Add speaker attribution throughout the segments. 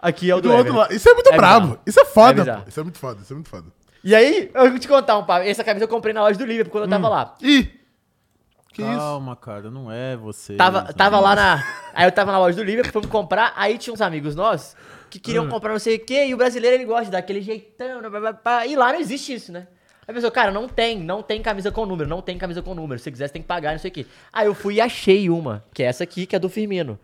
Speaker 1: Aqui é o do,
Speaker 2: Do outro
Speaker 1: Everett.
Speaker 2: lado. Isso é muito
Speaker 1: É
Speaker 2: brabo.
Speaker 1: bizarro.
Speaker 2: Isso é
Speaker 1: É
Speaker 2: foda,
Speaker 1: bizarro.
Speaker 2: pô. Isso é muito foda, isso é muito foda.
Speaker 1: E aí, eu vou te contar um papo. Essa camisa eu comprei na loja do Liverpool quando eu tava lá.
Speaker 2: Ih! Que isso?
Speaker 3: Calma, cara, não é você.
Speaker 1: Tava, tava lá na. Aí eu tava na loja do Liverpool, fomos comprar. Aí tinha uns amigos nossos que queriam comprar não sei o quê. E o brasileiro ele gosta daquele jeitão. né, pá, pá, pá. E lá não existe isso, né? Aí a pessoa, cara, não tem, não tem camisa com número, não tem camisa com número. Se você quiser, você tem que pagar, não sei o quê. Aí eu fui e achei uma, que é essa aqui, que é do Firmino.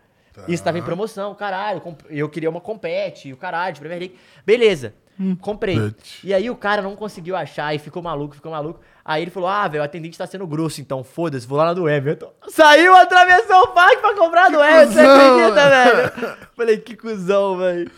Speaker 1: Isso tava em promoção, caralho. comp- Eu queria uma compete, o caralho, de Premier League. Beleza, comprei.
Speaker 2: Compete.
Speaker 1: E aí o cara não conseguiu achar e ficou maluco, ficou maluco. Aí ele falou: Ah, velho, o atendente tá sendo grosso, então foda-se, vou lá na do Everton. Saiu, atravessou o parque pra comprar a do Everton, você
Speaker 2: cuzão,
Speaker 1: acredita, velho? Falei, que cuzão, velho.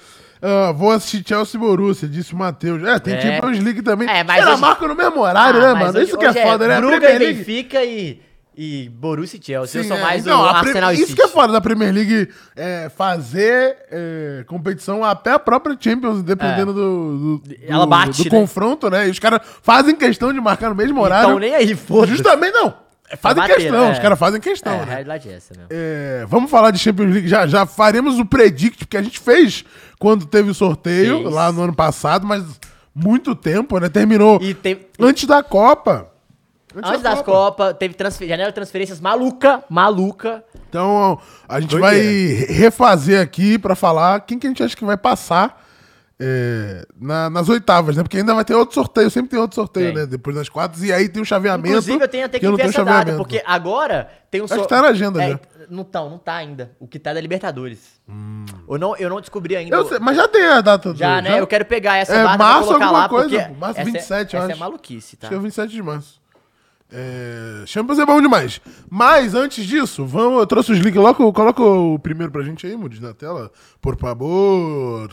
Speaker 2: Ah, vou assistir Chelsea e Borussia, disse o Matheus. É, tem
Speaker 1: É.
Speaker 2: Champions League também.
Speaker 1: É,
Speaker 2: É,
Speaker 1: mas
Speaker 2: mas Ela
Speaker 1: hoje-
Speaker 2: marca no mesmo horário,
Speaker 1: Ah,
Speaker 2: né,
Speaker 1: mas
Speaker 2: mano?
Speaker 1: hoje-
Speaker 2: isso que é
Speaker 1: hoje
Speaker 2: foda, né? A
Speaker 1: Brugge,
Speaker 2: Premier League-
Speaker 1: Benfica e, e Borussia e Chelsea. eu
Speaker 2: Sim,
Speaker 1: sou
Speaker 2: é.
Speaker 1: mais
Speaker 2: Então,
Speaker 1: o
Speaker 2: a Pre-
Speaker 1: Arsenal e
Speaker 2: Isso
Speaker 1: City.
Speaker 2: que é foda da Premier League, é, fazer é, competição até a própria Champions, dependendo do, do-
Speaker 1: É. Ela
Speaker 2: do-
Speaker 1: bate,
Speaker 2: do
Speaker 1: né?
Speaker 2: confronto, né? E os caras fazem questão de marcar no mesmo horário.
Speaker 1: Então nem aí, foda-se.
Speaker 2: Justamente não. É, Fazem
Speaker 1: bater,
Speaker 2: questão,
Speaker 1: né?
Speaker 2: os caras fazem questão,
Speaker 1: É, a
Speaker 2: né?
Speaker 1: realidade é essa, né?
Speaker 2: É, vamos falar de Champions League. Já, já faremos o predict que a gente fez quando teve o sorteio
Speaker 1: Fez.
Speaker 2: lá no ano passado, mas muito tempo, né? Terminou
Speaker 1: E tem,
Speaker 2: antes da Copa.
Speaker 1: Antes das Copas, teve transfer... janela de transferências maluca, maluca.
Speaker 2: Então, a gente
Speaker 1: Doideira.
Speaker 2: vai refazer aqui pra falar quem que a gente acha que vai passar é, na- nas oitavas, né? Porque ainda vai ter outro sorteio, sempre tem outro sorteio,
Speaker 1: Tem.
Speaker 2: né? Depois das quartas, e aí tem o chaveamento.
Speaker 1: Inclusive, eu tenho até que
Speaker 2: não
Speaker 1: ver
Speaker 2: tem o
Speaker 1: essa data,
Speaker 2: chaveamento.
Speaker 1: porque agora tem um
Speaker 2: Acho que tá na agenda já.
Speaker 1: Não tá, não tá ainda. O que tá é da Libertadores. Eu, não, eu não descobri ainda.
Speaker 2: Hum. Eu sei, mas já tem a data do...
Speaker 1: Já, né? Eu quero pegar essa
Speaker 2: É,
Speaker 1: data
Speaker 2: março
Speaker 1: e colocar
Speaker 2: alguma
Speaker 1: lá,
Speaker 2: coisa,
Speaker 1: porque
Speaker 2: pô. Março
Speaker 1: essa
Speaker 2: 27,
Speaker 1: é,
Speaker 2: eu
Speaker 1: essa é
Speaker 2: acho.
Speaker 1: maluquice, tá?
Speaker 2: Acho que é 27 de março. É, Champions é bom demais. Mas antes disso, vamos, eu trouxe os links. Coloca, o- coloca o primeiro pra gente aí, Mudes, na tela. Por favor.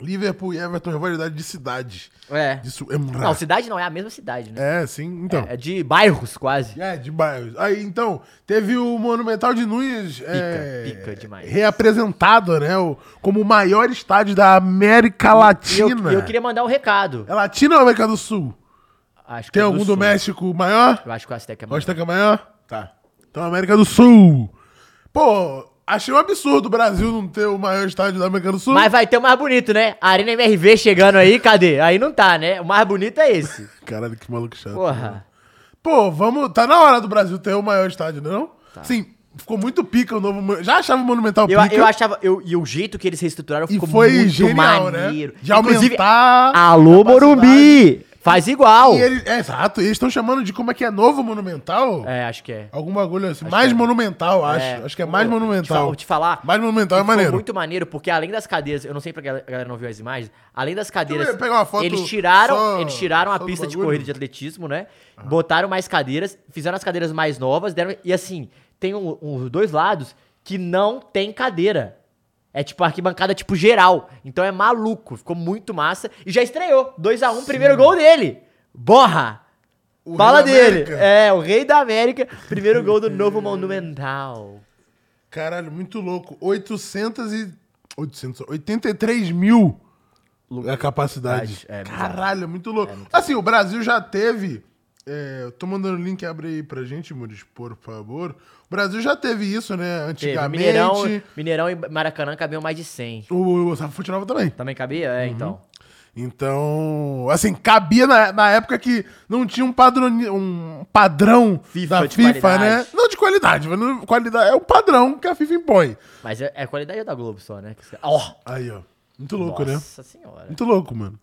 Speaker 2: Liverpool e Everton, rivalidade de cidade.
Speaker 1: É.
Speaker 2: Isso é um
Speaker 1: Não, cidade não, é a mesma cidade, né?
Speaker 2: É, sim, então.
Speaker 1: É, de bairros, quase.
Speaker 2: É, de bairros. Aí, então, teve o Monumental de Nunes. é,
Speaker 1: pica demais.
Speaker 2: Reapresentado, né? o- como o maior estádio da América
Speaker 1: E eu,
Speaker 2: Latina.
Speaker 1: eu queria mandar um recado.
Speaker 2: É Latina ou América do Sul?
Speaker 1: Acho que
Speaker 2: Tem
Speaker 1: é
Speaker 2: algum do
Speaker 1: Sul.
Speaker 2: México maior?
Speaker 1: Eu acho que o Azteca é maior.
Speaker 2: Costa que é maior? Tá. Então, América do Sul. Pô, achei um absurdo o Brasil não ter o maior estádio da América do Sul.
Speaker 1: Mas vai ter o mais bonito, né? Arena MRV chegando aí, cadê? Aí não tá, né? O mais bonito é esse.
Speaker 2: Caralho, que maluco chato.
Speaker 1: Porra.
Speaker 2: Pô, vamos. Tá na hora do Brasil ter o maior estádio, não? Sim, ficou muito pica o novo. mon- Já achava o Monumental
Speaker 1: Tá. Eu,
Speaker 2: pica.
Speaker 1: eu achava. Eu, e o jeito que eles reestruturaram
Speaker 2: E
Speaker 1: ficou
Speaker 2: foi
Speaker 1: muito
Speaker 2: genial,
Speaker 1: maneiro.
Speaker 2: né? De aumentar.
Speaker 1: Alô, Morumbi! Faz igual!
Speaker 2: E ele- é, exato, eles estão chamando de como é que é novo monumental?
Speaker 1: É, acho que é.
Speaker 2: Algum bagulho assim. mais monumental, acho. Acho que é mais
Speaker 1: Pô,
Speaker 2: monumental.
Speaker 1: Te, fal- te falar.
Speaker 2: Mais monumental é
Speaker 1: ficou
Speaker 2: maneiro.
Speaker 1: muito maneiro, porque além das cadeiras, eu não sei pra galera, a galera não viu as imagens, além das cadeiras,
Speaker 2: Deixa eu ver, pegar uma foto
Speaker 1: eles tiraram,
Speaker 2: só-
Speaker 1: eles tiraram a
Speaker 2: só do
Speaker 1: pista de
Speaker 2: bagulho.
Speaker 1: corrida de atletismo, né? Botaram mais cadeiras, fizeram as cadeiras mais novas, deram, e assim, tem um- uns dois lados que não tem cadeira. É tipo arquibancada tipo geral. Então é maluco, ficou muito massa e já estreou 2 a 1, primeiro gol dele. Borra.
Speaker 2: O
Speaker 1: Fala
Speaker 2: Rei da
Speaker 1: dele.
Speaker 2: América.
Speaker 1: É, o rei da América, primeiro gol do novo Monumental.
Speaker 2: Caralho, muito louco. 800 e... 800, 83 mil é a capacidade.
Speaker 1: É, bizarro.
Speaker 2: Caralho, é muito louco. assim, o Brasil já teve... É, eu tô mandando o link, abre aí pra gente, Muris, por favor. O Brasil já teve isso, né?
Speaker 1: Teve
Speaker 2: Antigamente.
Speaker 1: Mineirão, Mineirão e Maracanã cabiam mais de 100.
Speaker 2: O, o Fonte Nova também.
Speaker 1: Também cabia? É, então.
Speaker 2: Então, assim, cabia na, na época que não tinha um, padroni, um padrão
Speaker 1: FIFA
Speaker 2: da
Speaker 1: de
Speaker 2: FIFA, né?
Speaker 1: qualidade.
Speaker 2: Não de qualidade, mas não- qualidade é o padrão que a FIFA impõe.
Speaker 1: Mas é, é a qualidade da Globo só, né? Que os caras- Ó!
Speaker 2: Aí, ó. Muito louco, né?
Speaker 1: nossa senhora.
Speaker 2: Muito louco, mano.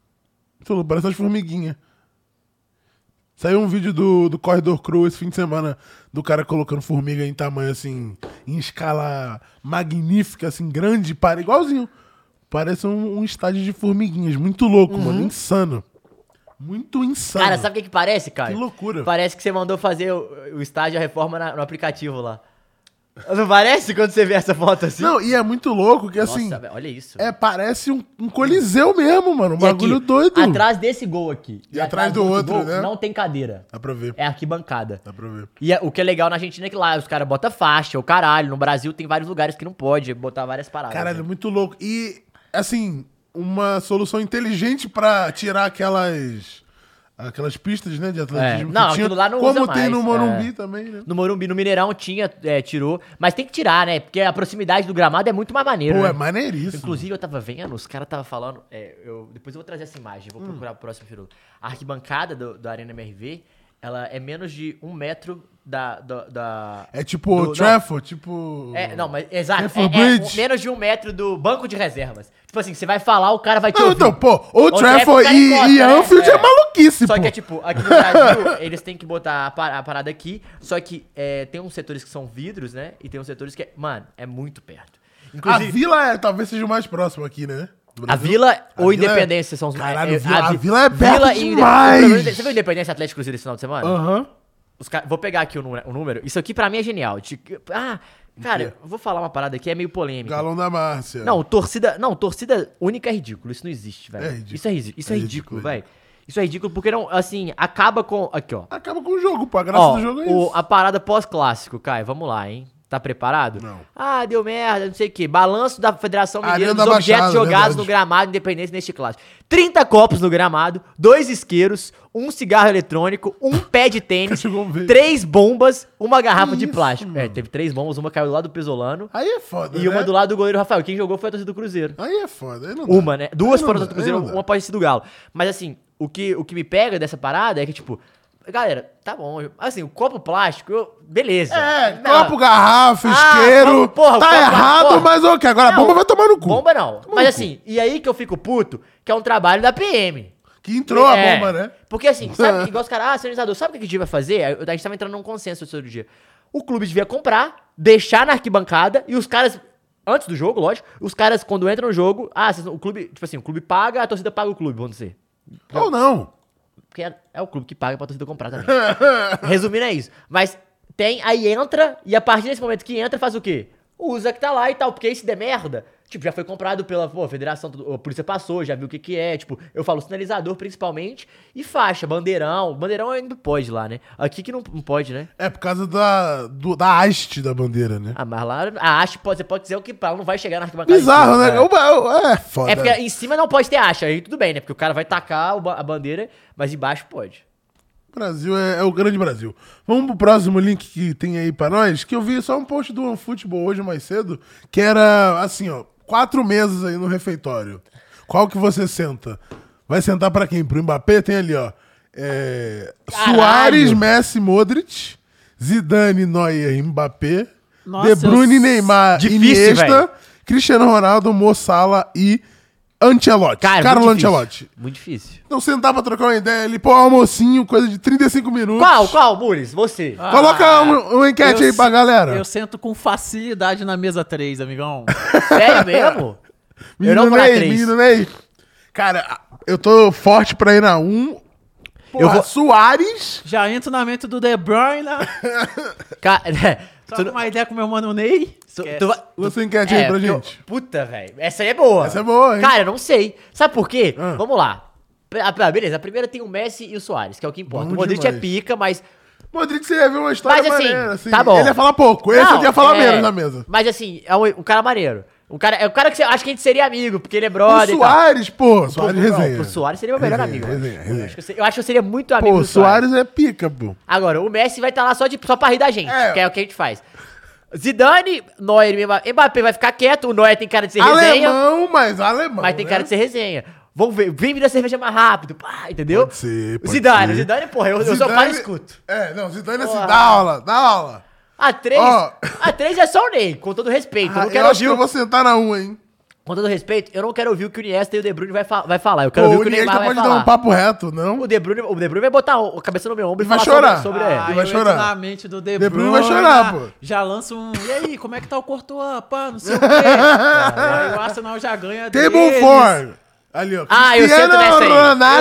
Speaker 2: Muito louco, parece umas formiguinhas. Saiu um vídeo do, do Corredor Crew esse fim de semana, do cara colocando formiga em tamanho, assim, em escala magnífica, assim, grande, para igualzinho. Parece um, um estádio de formiguinhas. Muito louco, mano. Insano. Muito insano.
Speaker 1: Uhum. Cara, sabe o que, que parece, cara?
Speaker 2: Que loucura.
Speaker 1: Parece que você mandou fazer o, o estágio, a reforma na- no aplicativo lá. Não parece quando você vê essa foto assim?
Speaker 2: Não, e é muito louco que, assim,
Speaker 1: Nossa, velho, olha isso.
Speaker 2: é, parece um, um coliseu mesmo, mano. Um
Speaker 1: E
Speaker 2: bagulho
Speaker 1: aqui,
Speaker 2: doido.
Speaker 1: Atrás desse gol aqui.
Speaker 2: E atrás do
Speaker 1: outro
Speaker 2: outro, né?
Speaker 1: Não tem cadeira.
Speaker 2: Dá pra ver,
Speaker 1: É arquibancada.
Speaker 2: dá pra ver.
Speaker 1: E é- o que é legal na Argentina é que lá os caras botam faixa, o caralho. No Brasil tem vários lugares que não pode botar várias paradas.
Speaker 2: Caralho,
Speaker 1: né?
Speaker 2: muito louco. E, assim, uma solução inteligente pra tirar aquelas. Aquelas pistas, né, de atletismo.
Speaker 1: É.
Speaker 2: que
Speaker 1: Não,
Speaker 2: tinha,
Speaker 1: aquilo lá não
Speaker 2: Como
Speaker 1: usa
Speaker 2: tem no
Speaker 1: mais,
Speaker 2: Morumbi
Speaker 1: é.
Speaker 2: também, né?
Speaker 1: No Morumbi, no Mineirão tinha, é, tirou. Mas tem que tirar, né? Porque a proximidade do gramado é muito mais maneiro.
Speaker 2: Pô,
Speaker 1: né?
Speaker 2: é maneiríssimo.
Speaker 1: Inclusive, eu tava vendo, os caras tava falando. é, eu, depois eu vou trazer essa imagem,
Speaker 2: Hum.
Speaker 1: vou procurar o próximo período. A arquibancada do- da Arena MRV, ela é menos de um metro da. da, da-
Speaker 2: É tipo
Speaker 1: Do-
Speaker 2: Trafford, tipo...
Speaker 1: É, não, mas exato.
Speaker 2: É
Speaker 1: É,
Speaker 2: for
Speaker 1: é
Speaker 2: bridge.
Speaker 1: um- menos de um metro do banco de reservas. Tipo assim, você vai falar, o cara vai te
Speaker 2: Não,
Speaker 1: ouvir.
Speaker 2: então, pô, ou
Speaker 1: Ou Trafford,
Speaker 2: Trafford
Speaker 1: cara,
Speaker 2: e,
Speaker 1: encosta,
Speaker 2: e
Speaker 1: né?
Speaker 2: Anfield é,
Speaker 1: É.
Speaker 2: maluquice,
Speaker 1: Só
Speaker 2: pô.
Speaker 1: que é tipo, aqui no Brasil, eles têm que botar a par- a parada aqui. Só que é, tem uns setores que são vidros, né? E tem uns setores que é. Mano, é muito perto.
Speaker 2: A
Speaker 1: Inclusive,
Speaker 2: Vila é, talvez seja o mais próximo aqui, né? Do
Speaker 1: a
Speaker 2: Brasil.
Speaker 1: Vila ou
Speaker 2: A Vila é-
Speaker 1: Independência são os
Speaker 2: Caralho,
Speaker 1: é-
Speaker 2: Vila- a
Speaker 1: Vi-
Speaker 2: Vila é perto
Speaker 1: e Inde-
Speaker 2: demais! Ah.
Speaker 1: O problema é- Você viu Independência Atlético Cruzeiro esse final de semana?
Speaker 2: Aham.
Speaker 1: Os ca- Vou pegar aqui o número, o número. Isso aqui pra mim é genial. De- Ah, cara,
Speaker 2: quê?
Speaker 1: eu vou falar uma parada aqui, é meio polêmica.
Speaker 2: Galão da Márcia.
Speaker 1: Não, torcida. Não, torcida única é ridículo. Isso não existe, velho.
Speaker 2: É ridículo.
Speaker 1: Isso é, risi- isso é,
Speaker 2: É ridículo,
Speaker 1: ridículo,
Speaker 2: é
Speaker 1: velho. Isso é ridículo porque não, assim, acaba com. Aqui, ó.
Speaker 2: Acaba com o jogo, pô. A graça
Speaker 1: Ó,
Speaker 2: do jogo é
Speaker 1: o-
Speaker 2: isso.
Speaker 1: a parada pós-clássico, Caio, vamos lá, hein? Tá preparado?
Speaker 2: Não.
Speaker 1: Ah, deu merda, não sei o quê. Balanço da Federação
Speaker 2: Arena
Speaker 1: Mineira dos
Speaker 2: da
Speaker 1: objetos
Speaker 2: Baixada, é
Speaker 1: jogados
Speaker 2: verdade.
Speaker 1: no gramado independente neste clássico. 30 copos no gramado, dois isqueiros, um cigarro eletrônico, um pé de tênis,
Speaker 2: Chegou a ver.
Speaker 1: três bombas, uma garrafa de
Speaker 2: isso,
Speaker 1: plástico. É,
Speaker 2: mano?
Speaker 1: teve três bombas, uma caiu do lado do Pesolano
Speaker 2: Aí é foda,
Speaker 1: e
Speaker 2: né?
Speaker 1: uma do lado do goleiro Rafael. Quem jogou foi a torcida do Cruzeiro.
Speaker 2: Aí é foda. Aí não dá.
Speaker 1: Uma, né? Duas
Speaker 2: Aí
Speaker 1: foram
Speaker 2: É, não
Speaker 1: do
Speaker 2: dá,
Speaker 1: Cruzeiro,
Speaker 2: aí não dá.
Speaker 1: uma pode ser do Galo. Mas assim, o que, o que me pega dessa parada é que, tipo, galera, tá bom. eu- Assim, o copo plástico, eu- beleza.
Speaker 2: É,
Speaker 1: Não,
Speaker 2: copo, garrafa,
Speaker 1: Ah,
Speaker 2: isqueiro.
Speaker 1: copo, porra,
Speaker 2: tá
Speaker 1: copo,
Speaker 2: errado,
Speaker 1: porra.
Speaker 2: mas ok. Agora a
Speaker 1: não,
Speaker 2: bomba vai tomar no cu.
Speaker 1: Bomba não.
Speaker 2: Toma
Speaker 1: Mas
Speaker 2: no
Speaker 1: assim, e aí que eu fico puto, que é um trabalho da PM.
Speaker 2: Que entrou
Speaker 1: É,
Speaker 2: a bomba, né?
Speaker 1: Porque assim, sabe, igual os caras, ah, senhorizador, sabe o que a gente vai fazer? Aí, A gente tava entrando num consenso esse outro dia. O clube devia comprar, deixar na arquibancada e os caras. Antes do jogo, lógico, os caras, quando entram no jogo, ah, vocês não- o clube, tipo assim, o clube paga, a torcida paga o clube, vamos dizer.
Speaker 2: Ou não.
Speaker 1: Porque é, é o clube que paga pra torcida comprar também. Resumindo, é isso. Mas tem, aí entra, e a partir desse momento que entra, faz o quê? Usa que tá lá e tal, porque aí se der merda, tipo, já foi comprado pela pô, federação, tudo- a polícia passou, já viu o que que é, tipo, eu falo sinalizador principalmente, e faixa, bandeirão, bandeirão ainda pode lá, né? Aqui que não, não pode, né?
Speaker 2: É por causa da, do- da haste da bandeira, né?
Speaker 1: Ah, mas lá, a haste pode, você pode dizer o que pra, ela não vai chegar na arquibancada.
Speaker 2: Bizarro, né?
Speaker 1: É.
Speaker 2: Uma- É foda.
Speaker 1: É porque em cima não pode ter haste, aí tudo bem, né? Porque o cara vai tacar o ba- a bandeira, mas embaixo pode.
Speaker 2: Brasil é, é o grande Brasil. Vamos pro próximo link que tem aí pra nós, que eu vi só um post do OneFootball hoje mais cedo, que era assim, ó, quatro mesas aí no refeitório. Qual que você senta? Vai sentar pra quem? Pro Mbappé? Tem ali, ó. É,
Speaker 1: Caralho!
Speaker 2: Soares, Messi, Modric, Zidane, Neuer, Mbappé,
Speaker 3: Nossa,
Speaker 2: De Bruyne,
Speaker 3: eu-
Speaker 2: Neymar,
Speaker 1: Difícil,
Speaker 2: Iniesta,
Speaker 1: velho.
Speaker 2: Cristiano Ronaldo, Moçala e Ancelotti.
Speaker 1: Cara,
Speaker 2: Carlo
Speaker 1: muito difícil.
Speaker 2: Ancelotti.
Speaker 1: Muito difícil.
Speaker 2: Então sentar pra trocar uma ideia ali, pô, almocinho, coisa de 35 minutos.
Speaker 1: Qual, qual, Muris? Você.
Speaker 3: Ah,
Speaker 2: Coloca um- uma enquete
Speaker 3: eu
Speaker 2: aí pra
Speaker 3: se-
Speaker 2: galera.
Speaker 3: Eu sento com facilidade na mesa 3, amigão.
Speaker 1: Sério mesmo? eu não vou na
Speaker 2: Ney,
Speaker 1: três.
Speaker 2: menino Ney. Cara, eu tô forte pra ir na 1.
Speaker 1: Eu vou-
Speaker 2: Soares.
Speaker 3: Já entro na mente do De Bruyne,
Speaker 1: Ca- tu,
Speaker 3: troco uma ideia com meu mano Ney.
Speaker 1: tu,
Speaker 3: Esquece.
Speaker 1: tu vai-
Speaker 2: Lança uma enquete
Speaker 1: é,
Speaker 2: aí pra
Speaker 1: porque eu-
Speaker 2: gente.
Speaker 1: puta, velho. Essa aí é boa.
Speaker 2: Essa é boa, hein?
Speaker 1: Cara, eu não sei. Sabe por quê?
Speaker 2: Ah.
Speaker 1: Vamos lá. A- a- beleza, a primeira tem o Messi e o Soares, que é o que importa.
Speaker 2: Bom
Speaker 1: o Modric
Speaker 2: demais.
Speaker 1: é pica, mas.
Speaker 2: Modric, você ia ver uma história
Speaker 1: Mas, assim,
Speaker 2: maneira, assim.
Speaker 1: tá bom.
Speaker 2: Ele ia falar pouco. Esse
Speaker 1: Não,
Speaker 2: eu ia falar
Speaker 1: é,
Speaker 2: menos na mesa.
Speaker 1: Mas assim, é um, um cara maneiro. Um cara, é o cara que você acha que a gente seria amigo, porque ele é
Speaker 2: O
Speaker 1: brother. e tal.
Speaker 2: Soares, pô.
Speaker 1: Pô,
Speaker 2: Soares
Speaker 1: não,
Speaker 2: resenha.
Speaker 1: O Soares seria meu melhor
Speaker 2: Resenha,
Speaker 1: amigo.
Speaker 2: resenha, resenha.
Speaker 1: Eu, acho que eu seria- eu acho que eu seria muito amigo
Speaker 2: Pô,
Speaker 1: do
Speaker 2: Soares é pica, pô.
Speaker 1: Agora, o Messi vai estar lá só, de, só pra rir da gente,
Speaker 2: É.
Speaker 1: que é o que a gente faz. Zidane, Neuer e Mbappé- Mbappé vai ficar quieto, o Neuer tem cara de ser resenha,
Speaker 2: Alemão, mas alemão.
Speaker 1: mas tem
Speaker 2: né?
Speaker 1: cara de ser resenha. Vamos ver, vem vir a cerveja mais rápido, pá, entendeu?
Speaker 2: Pode ser, pode
Speaker 1: Zidane,
Speaker 2: ser.
Speaker 1: Zidane, porra, eu, eu sou
Speaker 2: Zidane-
Speaker 1: pai e escuto.
Speaker 2: É, não, Zidane assim,
Speaker 1: Porra.
Speaker 2: dá aula, dá aula.
Speaker 1: A 3,
Speaker 2: Ó.
Speaker 1: a 3 é só o Ney, com todo respeito. eu
Speaker 2: Ah,
Speaker 1: não quero
Speaker 2: eu
Speaker 1: ouvir,
Speaker 2: acho que eu
Speaker 1: o-
Speaker 2: vou sentar na 1, hein.
Speaker 1: com todo respeito, eu não quero ouvir o que o Iniesta e o De Bruyne vai, fa- vai falar. Eu
Speaker 2: Pô,
Speaker 1: quero ouvir o
Speaker 2: o
Speaker 1: que o
Speaker 2: Iniesta
Speaker 1: Neymar vai
Speaker 2: pode
Speaker 1: falar.
Speaker 2: dar um papo reto, não?
Speaker 1: O De Bruyne, o De Brune vai botar o- a cabeça no meu ombro e
Speaker 2: Vai
Speaker 1: falar sobre-
Speaker 2: chorar.
Speaker 1: sobre,
Speaker 3: Ah,
Speaker 2: Ele
Speaker 3: eu
Speaker 2: vai
Speaker 3: entro
Speaker 2: chorar.
Speaker 3: na mente do De
Speaker 2: De
Speaker 3: Bruyne.
Speaker 2: Bruyne vai chorar, pô.
Speaker 3: Já lança um. E aí, como é que tá o Courtois? Pá, não sei o quê. Aí o Arsenal já ganha
Speaker 2: Table
Speaker 3: deles.
Speaker 2: for. Ali, ó.
Speaker 1: Ah, eu
Speaker 2: Cristiano
Speaker 1: sento nessa aí.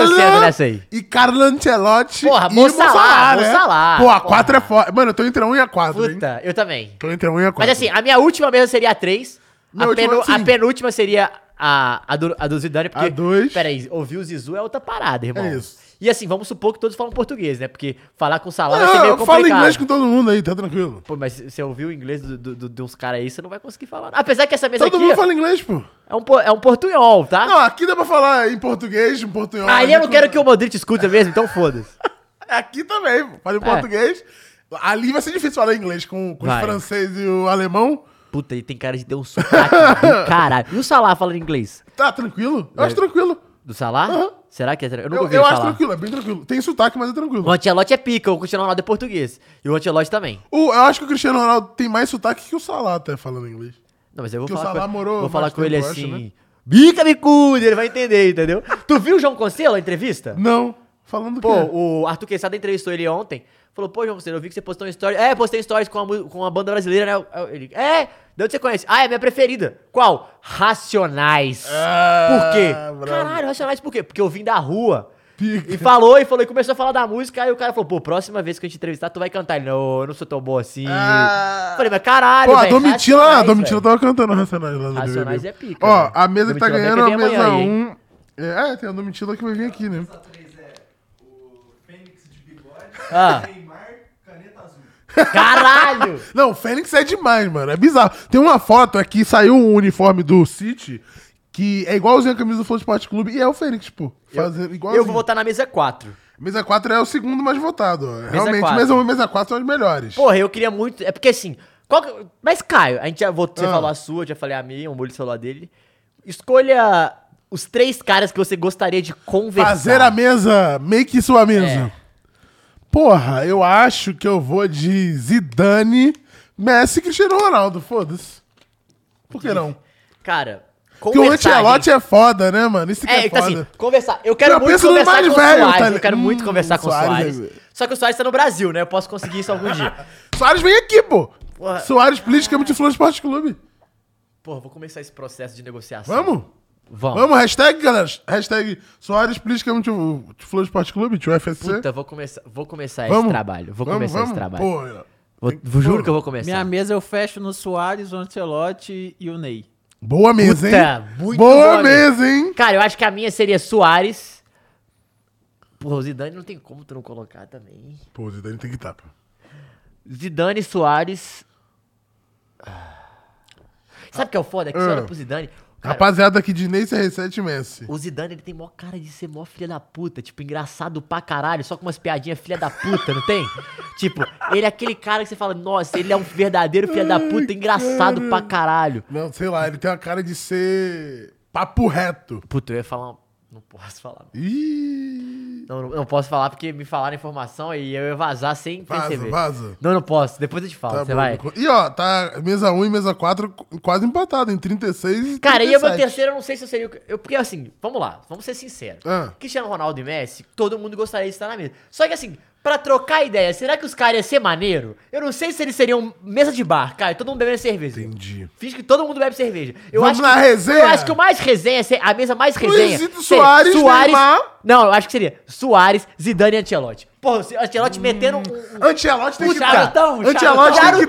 Speaker 1: Eu sento nessa aí.
Speaker 2: E Carlo Ancelotti.
Speaker 1: Porra,
Speaker 2: e
Speaker 1: Mo Salah,
Speaker 2: Salah,
Speaker 1: Mo
Speaker 2: né?
Speaker 1: Salah.
Speaker 2: Pô,
Speaker 1: Porra.
Speaker 2: a 4 é forte. Mano, eu tô entre a 1 e a 4, hein?
Speaker 1: Puta, eu também.
Speaker 2: Tô entre a 1 e a 4.
Speaker 1: Mas assim, a minha assim, última mesa seria a 3.
Speaker 2: Minha
Speaker 1: A,
Speaker 2: última,
Speaker 1: penu- a
Speaker 2: sim.
Speaker 1: penúltima seria a, a, do, a do Zidane, porque.
Speaker 2: A dois.
Speaker 1: Peraí, ouvir o Zizu é outra parada, irmão.
Speaker 2: É isso.
Speaker 1: E assim, vamos supor que todos falam português, né? Porque falar com o Salah vai ser meio
Speaker 2: Ah,
Speaker 1: complicado.
Speaker 2: fala inglês com todo mundo aí, tá tranquilo.
Speaker 1: Pô, mas se você ouvir o inglês do- do- do- de uns caras aí, você não vai conseguir falar. Apesar que essa mesa
Speaker 2: Todo
Speaker 1: aqui
Speaker 2: mundo
Speaker 1: ó,
Speaker 2: fala inglês, pô.
Speaker 1: é, um, po- é um portunhol, tá?
Speaker 2: Não, aqui dá pra falar em português, em portunhol.
Speaker 1: aí
Speaker 2: ali
Speaker 1: Ah, eu não
Speaker 2: com-
Speaker 1: quero que o Modric escuta mesmo, então foda-se.
Speaker 2: Aqui também, pô. Fala em português. Ali vai ser difícil falar inglês com, com os
Speaker 1: É. Vai.
Speaker 2: francês e o alemão.
Speaker 1: Puta, ele tem cara de ter um sotaque do caralho. E o Salah falando inglês?
Speaker 2: Tá tranquilo? Eu acho
Speaker 1: É.
Speaker 2: tranquilo.
Speaker 1: Do Salah?
Speaker 2: Aham.
Speaker 1: Será que é? tra- Eu nunca
Speaker 2: Eu,
Speaker 1: ouvi
Speaker 2: eu
Speaker 1: ele
Speaker 2: acho
Speaker 1: falar.
Speaker 2: tranquilo, é bem tranquilo. Tem sotaque, mas é tranquilo.
Speaker 1: O Antelote é pica, o Cristiano Ronaldo é português. E o Antelote também.
Speaker 2: O- eu acho que o Cristiano Ronaldo tem mais sotaque que o Salah até falando inglês.
Speaker 1: Não, mas eu vou
Speaker 2: Porque o
Speaker 1: falar,
Speaker 2: Salah
Speaker 1: com,
Speaker 2: morou
Speaker 1: vou falar
Speaker 2: mais
Speaker 1: com ele
Speaker 2: tempo, eu
Speaker 1: assim.
Speaker 2: acho, né?
Speaker 1: Bica bicuda, ele vai entender, entendeu? tu viu o João Conselho a entrevista?
Speaker 2: Não. Falando
Speaker 1: Pô,
Speaker 2: que...
Speaker 1: o Arthur Queçada entrevistou ele ontem. Falou, pô, João Conselho, eu vi que você postou um story. É, postei stories com a, mu- com a banda brasileira, né? Eu- eu- Ele, é, de onde você conhece? Ah, é minha preferida. Qual? Racionais.
Speaker 2: Ah,
Speaker 1: por quê?
Speaker 2: bravo.
Speaker 1: Caralho, Racionais por quê? Porque eu vim da rua.
Speaker 2: Pica.
Speaker 1: E falou, e falou, e começou a falar da música, aí o cara falou, pô, próxima vez que eu te entrevistar, tu vai cantar. Ele, não, eu não sou tão bom assim.
Speaker 2: Ah.
Speaker 1: Falei, mas caralho,
Speaker 2: Pô, a
Speaker 1: velho,
Speaker 2: Domitila, a
Speaker 1: Racionais,
Speaker 2: Domitila tá-
Speaker 1: velho.
Speaker 2: tava cantando Racionais lá no
Speaker 1: Racionais
Speaker 2: BBB.
Speaker 1: é pica,
Speaker 2: Ó,
Speaker 1: velho.
Speaker 2: a mesa que tá
Speaker 1: Domitila
Speaker 2: ganhando é a
Speaker 1: vai beber
Speaker 2: mesa
Speaker 1: amanhã aí,
Speaker 2: 1. É, é, tem a Domitila que vai vir aqui, né?
Speaker 1: Ah. Caralho!
Speaker 2: Não, o Fênix é demais, mano. É bizarro. Tem uma foto aqui, saiu um uniforme do City, que é igualzinho a camisa do Flow Sport Clube, e é o Fênix, pô. Fazendo igualzinho.
Speaker 1: Eu vou botar na mesa 4.
Speaker 2: Mesa 4 é o segundo mais votado. ó. Realmente,
Speaker 1: quatro.
Speaker 2: mesa 1 e mesa 4 são os melhores.
Speaker 1: Porra, eu queria muito. É porque assim. qual que- Mas, Caio, a gente já vou- você
Speaker 2: Ah.
Speaker 1: falou a sua, eu já falei a minha, o Molho falou a dele. Escolha os três caras que você gostaria de conversar.
Speaker 2: Fazer a mesa, make sua mesa.
Speaker 1: É.
Speaker 2: Porra, eu acho que eu vou de Zidane, Messi e Cristiano Ronaldo, foda-se. Por que não?
Speaker 1: Cara,
Speaker 2: Porque o
Speaker 1: conversar.
Speaker 2: Antelote
Speaker 1: gente.
Speaker 2: é foda, né, mano? Isso que é,
Speaker 1: É, então
Speaker 2: foda.
Speaker 1: assim, conversar. Eu quero
Speaker 2: Eu
Speaker 1: muito
Speaker 2: penso no
Speaker 1: conversar
Speaker 2: mais
Speaker 1: com o
Speaker 2: velho,
Speaker 1: Soares.
Speaker 2: tá
Speaker 1: eu quero
Speaker 2: li-
Speaker 1: muito
Speaker 2: Hum,
Speaker 1: conversar com o
Speaker 2: Suárez,
Speaker 1: Soares.
Speaker 2: velho.
Speaker 1: Só que o Soares tá no Brasil, né? Eu posso conseguir isso algum dia.
Speaker 2: Soares vem aqui, pô.
Speaker 1: Porra.
Speaker 2: Soares, politicamente Flor Esporte Clube.
Speaker 1: Porra, vou começar esse processo de negociação.
Speaker 2: Vamos?
Speaker 1: Vamos.
Speaker 2: Vamos, hashtag, galera. Hashtag Soares, politicamente Flor Esporte Clube, tio FSC.
Speaker 1: Puta, vou começar, vou começar
Speaker 2: Vamos?
Speaker 1: esse trabalho. Vou
Speaker 2: Vamos,
Speaker 1: começar
Speaker 2: vamos?
Speaker 1: esse trabalho.
Speaker 2: Pô, é.
Speaker 1: Vou- juro
Speaker 2: pô.
Speaker 1: que eu vou começar.
Speaker 3: Minha mesa eu fecho no Soares, o Ancelotti e o Ney.
Speaker 2: boa mesa,
Speaker 1: Puta,
Speaker 2: hein?
Speaker 1: muito
Speaker 2: boa,
Speaker 1: boa
Speaker 2: mesa, hein?
Speaker 1: Cara, eu acho que a minha seria Soares. Porra, o Zidane não tem como tu não colocar também.
Speaker 2: Pô, o Zidane tem que estar, pô.
Speaker 1: Zidane, Soares. Ah. Sabe o que é o foda? É que você
Speaker 2: Ah.
Speaker 1: olha pro Zidane. cara,
Speaker 2: Rapaziada aqui de Ney, CR7 e Messi.
Speaker 1: o Zidane ele tem mó cara de ser mó filha da puta. Tipo, engraçado pra caralho, só com umas piadinhas filha da puta, não tem? tipo, ele é aquele cara que você fala, nossa, ele é um verdadeiro filha da puta, engraçado pra caralho.
Speaker 2: Não, sei lá, ele tem uma cara de ser papo reto.
Speaker 1: Puta, eu ia falar. uma- Não posso falar.
Speaker 2: Ih,
Speaker 1: Não, não, não posso falar porque me falaram a informação e eu ia vazar sem
Speaker 2: vaza,
Speaker 1: perceber.
Speaker 2: vaza.
Speaker 1: Não, não posso. Depois eu te falo.
Speaker 2: Tá
Speaker 1: você
Speaker 2: bom.
Speaker 1: vai.
Speaker 2: E ó, tá mesa 1 e mesa 4 quase empatado, em 36 e
Speaker 1: Cara, e o meu
Speaker 2: 37.
Speaker 1: terceiro, eu não sei se eu seria. o- Eu, porque assim, vamos lá, vamos ser sinceros.
Speaker 2: Ah.
Speaker 1: Cristiano Ronaldo e Messi, todo mundo gostaria de estar na mesa. Só que assim, pra trocar ideia, será que os caras iam ser maneiro? Eu não sei se eles seriam mesa de bar, cara, todo mundo bebendo cerveja.
Speaker 2: Entendi.
Speaker 1: Finge que todo mundo bebe cerveja. Eu
Speaker 2: Vamos
Speaker 1: acho
Speaker 2: na
Speaker 1: que,
Speaker 2: resenha?
Speaker 1: Eu acho que o mais resenha, se- a mesa mais resenha.
Speaker 2: Luizito
Speaker 1: seria
Speaker 2: Soares, Neymar.
Speaker 1: Não, eu acho que seria Soares, Zidane e Ancelotti. Porra, o
Speaker 2: Hum.
Speaker 1: Ancelotti metendo um. um-
Speaker 2: Antelote tem
Speaker 1: um
Speaker 2: que estar.
Speaker 1: charutão, um
Speaker 2: Antelote tem que
Speaker 1: charutão,
Speaker 2: estar.
Speaker 1: um
Speaker 2: Antelote tem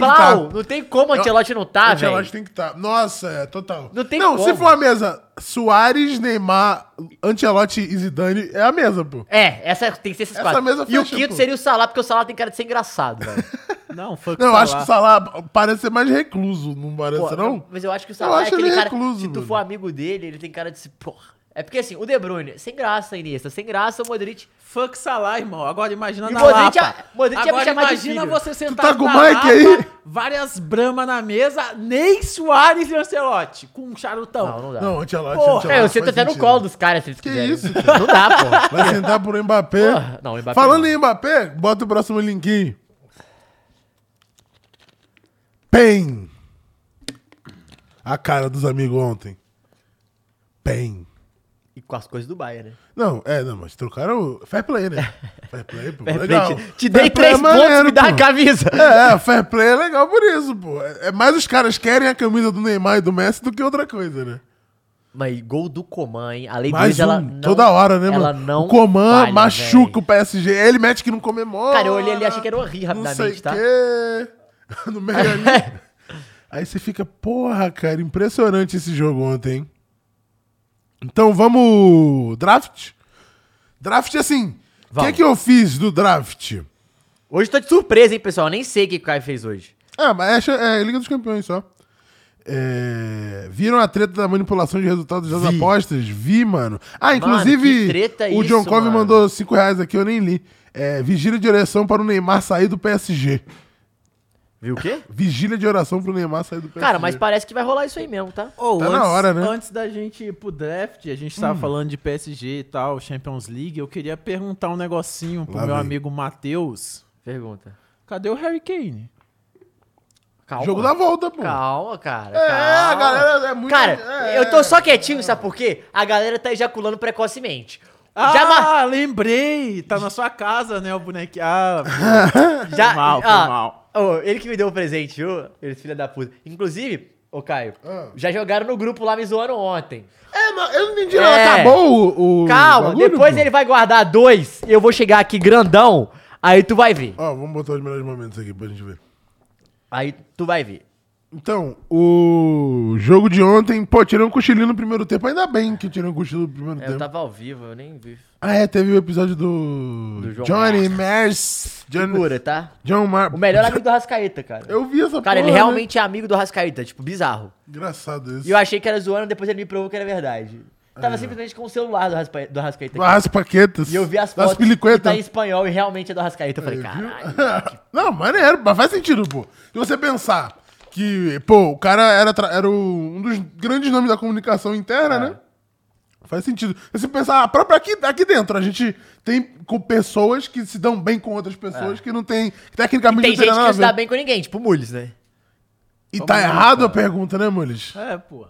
Speaker 2: que tá.
Speaker 1: plau.
Speaker 2: estar.
Speaker 1: Não tem como o Ancelotti não tá, velho.
Speaker 2: Antelote tem que estar. Nossa, é total.
Speaker 1: Não tem
Speaker 2: Não, se
Speaker 1: como.
Speaker 2: for a mesa Soares, Neymar, Antelote e Zidane, é a mesa, pô.
Speaker 1: É, essa tem que ser esses
Speaker 2: Essa
Speaker 1: quatro.
Speaker 2: mesa
Speaker 1: e o
Speaker 2: fecha,
Speaker 1: quinto
Speaker 2: pô.
Speaker 1: seria o Salah, porque o Salah tem cara de ser engraçado, velho.
Speaker 3: Não, foi tá
Speaker 2: Não, eu acho que o
Speaker 3: Salah.
Speaker 2: Salah parece ser mais recluso, não parece,
Speaker 1: Pô,
Speaker 2: não?
Speaker 1: Mas eu acho que o
Speaker 2: Eu
Speaker 1: Salah é
Speaker 2: acho
Speaker 1: aquele
Speaker 2: ele
Speaker 1: cara.
Speaker 2: recluso,
Speaker 1: se tu
Speaker 2: mano.
Speaker 1: for amigo dele, ele tem cara de se. Porra. É porque assim, o De Bruyne, sem graça, Iniesta, sem graça, o Modric.
Speaker 3: Fuck Salah, irmão. Agora imagina
Speaker 1: E
Speaker 3: na
Speaker 1: Modric
Speaker 3: Lapa.
Speaker 1: é- Modric é pra chamar
Speaker 3: Agora
Speaker 1: de
Speaker 3: imagina
Speaker 1: filho.
Speaker 3: você sentado
Speaker 2: tá com
Speaker 3: na
Speaker 2: o Mike
Speaker 3: Lapa,
Speaker 2: aí?
Speaker 3: várias bramas na mesa, nem Soares e Ancelotti, com um charutão.
Speaker 1: Não, não dá.
Speaker 2: Não, Antelote,
Speaker 3: Porra.
Speaker 2: Antelote.
Speaker 1: Tá. é, eu
Speaker 2: faz
Speaker 1: sento até no
Speaker 2: sentido.
Speaker 1: colo dos caras, se eles
Speaker 2: Que
Speaker 1: quiserem.
Speaker 2: isso,
Speaker 1: Não dá, pô.
Speaker 2: Vai sentar pro Mbappé.
Speaker 1: Porra, não, o Mbappé
Speaker 2: Falando
Speaker 1: não.
Speaker 2: em Mbappé, bota o próximo linkinho. PEN. A cara dos amigos ontem. PEN.
Speaker 1: E com as coisas do Bayern, né?
Speaker 2: Não, é, não, mas trocaram o fair play, né? Fair play, pô,
Speaker 1: Perfeito.
Speaker 2: legal.
Speaker 1: Te dei
Speaker 2: Fair play é
Speaker 1: três pontos,
Speaker 2: maneiro,
Speaker 1: me dá a
Speaker 2: pô.
Speaker 1: camisa.
Speaker 2: É, é, fair play é legal por isso, pô. É é mais os caras querem a camisa do Neymar e do Messi do que outra coisa, né?
Speaker 1: Mas gol do Coman, hein? A lei
Speaker 2: Mais
Speaker 1: deles, ela
Speaker 2: um,
Speaker 1: não.
Speaker 2: toda hora, né,
Speaker 1: ela
Speaker 2: mano?
Speaker 1: Não
Speaker 2: o Coman
Speaker 1: falha,
Speaker 2: machuca
Speaker 1: velho.
Speaker 2: o PSG. Ele mete que não comemora.
Speaker 1: um tá? Cara, eu olhei ali e achei que era o Henry
Speaker 2: não sei
Speaker 1: rapidamente, tá?
Speaker 2: quê. No meio ali. Aí você fica, porra, cara, impressionante esse jogo ontem, hein? Então vamos. Draft? Draft assim. O que, é que eu fiz do draft?
Speaker 1: Hoje eu tô de surpresa, hein, pessoal. Eu nem sei o que o Caio fez hoje.
Speaker 2: Ah, mas é cha- é, Liga dos Campeões só. É, viram a treta da manipulação de resultados das
Speaker 1: Vi.
Speaker 2: apostas? Vi, mano. Ah,
Speaker 1: que
Speaker 2: inclusive,
Speaker 1: treta é
Speaker 2: o John
Speaker 1: isso,
Speaker 2: Cove
Speaker 1: mano.
Speaker 2: mandou 5 reais aqui, eu nem li. É, vigília de oração para o Neymar sair do PSG.
Speaker 1: Viu o quê?
Speaker 2: Vigília de oração para o Neymar sair do PSG.
Speaker 1: Cara, mas parece que vai rolar isso aí mesmo, tá?
Speaker 3: Ou
Speaker 2: Tá na
Speaker 3: antes,
Speaker 2: hora, né? Hum.
Speaker 3: antes da gente ir pro draft, a gente tava falando de PSG e tal, Champions League. Eu queria perguntar um negocinho pro
Speaker 2: Lá
Speaker 3: meu
Speaker 2: vem.
Speaker 3: amigo Matheus.
Speaker 1: Pergunta.
Speaker 3: Cadê o Harry Kane?
Speaker 1: Calma.
Speaker 2: Jogo da volta, pô.
Speaker 1: Calma, cara.
Speaker 2: É,
Speaker 1: calma.
Speaker 2: a galera é muito.
Speaker 1: Cara,
Speaker 2: é,
Speaker 1: eu tô só quietinho, sabe por quê? A galera tá ejaculando precocemente. Já, ma-
Speaker 3: Ah, lembrei! Tá na sua casa, né, o bonequinho. Ah, foi
Speaker 1: já
Speaker 3: mal, foi
Speaker 1: ah,
Speaker 3: mal.
Speaker 1: ô, ele que me deu o presente, viu? Ele filha da puta. Inclusive, ô Caio,
Speaker 2: Ah.
Speaker 1: já jogaram no grupo lá me zoando ontem.
Speaker 2: É, mas eu não entendi,
Speaker 1: É.
Speaker 2: não. Acabou o. o
Speaker 1: Calma,
Speaker 2: bagulho,
Speaker 1: depois
Speaker 2: pô?
Speaker 1: ele vai guardar dois e eu vou chegar aqui grandão, aí tu vai ver.
Speaker 2: Ó, vamos botar os melhores momentos aqui pra gente ver.
Speaker 1: Aí tu vai ver.
Speaker 2: Então, o jogo de ontem, pô, tirou um cochilinho no primeiro tempo. Ainda bem que tirou um cochilo no
Speaker 1: É,
Speaker 2: primeiro tempo.
Speaker 1: Eu tava ao vivo, eu nem vi.
Speaker 2: Ah, é, teve o episódio do,
Speaker 1: Do João
Speaker 2: Johnny Mars. Johnny...
Speaker 1: Segura, tá?
Speaker 2: John Mar...
Speaker 1: O melhor amigo do Rascaeta, cara.
Speaker 2: Eu vi essa
Speaker 1: Cara, ele
Speaker 2: porra, né?
Speaker 1: realmente é amigo do Rascaeta, tipo, bizarro.
Speaker 2: Engraçado isso.
Speaker 1: E eu achei que era zoando, depois ele me provou que era verdade.
Speaker 2: É.
Speaker 1: Tava simplesmente com o celular do, Raspa, do Rascaeta.
Speaker 2: Do
Speaker 1: aqui.
Speaker 2: Raspaquetas.
Speaker 1: E eu vi as
Speaker 2: das
Speaker 1: fotos que
Speaker 2: piliquetas.
Speaker 1: tá em espanhol e realmente é do Rascaeta. Eu falei, caralho.
Speaker 2: Não, maneiro, mas faz sentido, pô. Se você pensar que, pô, o cara era, tra- era o- um dos grandes nomes da comunicação interna,
Speaker 1: É.
Speaker 2: né? Faz sentido. Se você pensar, a própria aqui, aqui dentro, a gente tem com pessoas que se dão bem com outras pessoas que não tem. Que tecnicamente
Speaker 1: É. Tem
Speaker 2: não tem
Speaker 1: gente que
Speaker 2: nada
Speaker 1: não
Speaker 2: a
Speaker 1: se dá
Speaker 2: ver.
Speaker 1: bem com ninguém, tipo o Mules, né?
Speaker 2: E tá errado a pergunta, né, Mules?
Speaker 3: É, pô.